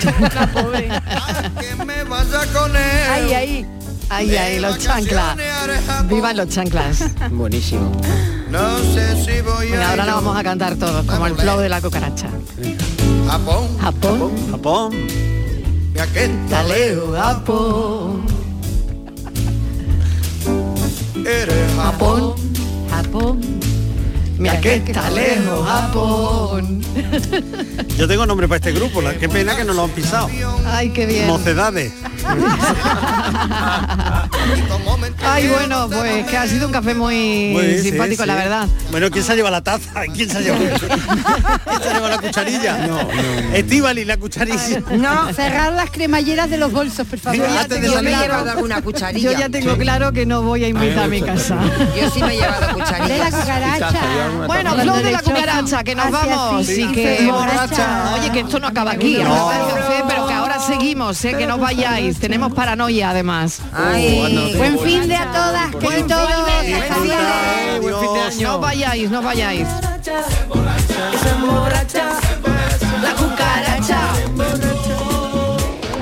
Ay, ay. Ay, ay, los chanclas. Vivan los chanclas.
Buenísimo.
No sé si voy
Bueno,
a
ahora
ir
la vamos a cantar todos, como el flow de la cucaracha.
a Japón.
Japón.
Japón.
Me aquenta
Taleo, Japón.
eres
Japón. Japón. Mira que está lejos, Japón.
Yo tengo nombre para este grupo, la- qué pena que no lo han pisado.
Ay, qué bien.
Mocedades.
Ay, bueno, pues que ha sido un café muy,
Muy, Pues, sí,
simpático,
sí.
la verdad.
Bueno, ¿quién se lleva la taza? ¿Quién se lleva? ¿Quién se lleva la cucharilla? No, no. Estivali, la cucharilla.
No, cerrar las cremalleras de los bolsos, por favor.
Yo ya
Antes de
tengo- yo me he
salir.
llevado alguna cucharilla.
Yo ya tengo claro que no voy a invitar a mi casa.
Yo sí me he llevado cucharillas.
De la
cucaracha.
Bueno, flow de la cucaracha, que nos vamos.
sí,
y que
sí,
borracha. Oye, que esto no acaba aquí. ¿eh?
No.
acaba el café, pero que ahora seguimos, eh, que no vayáis. Tenemos paranoia además.
Ay, buen fin de a todas, que y todos. hasta luego.
No vayáis, no vayáis.
La cucaracha.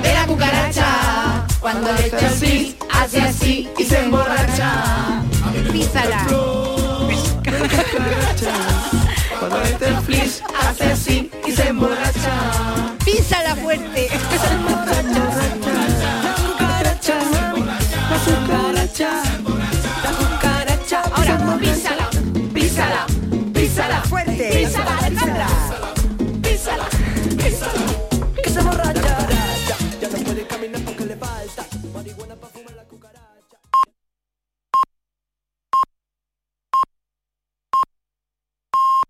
De la cucaracha. Cuando le echa el pis, hace así y se emborracha. Písala. Cuando le echa el pis, hace así y se emborracha. Písala fuerte. La cucaracha. La cucaracha. La cucaracha. Ahora, písala. Písala. Písala
ya.
fuerte.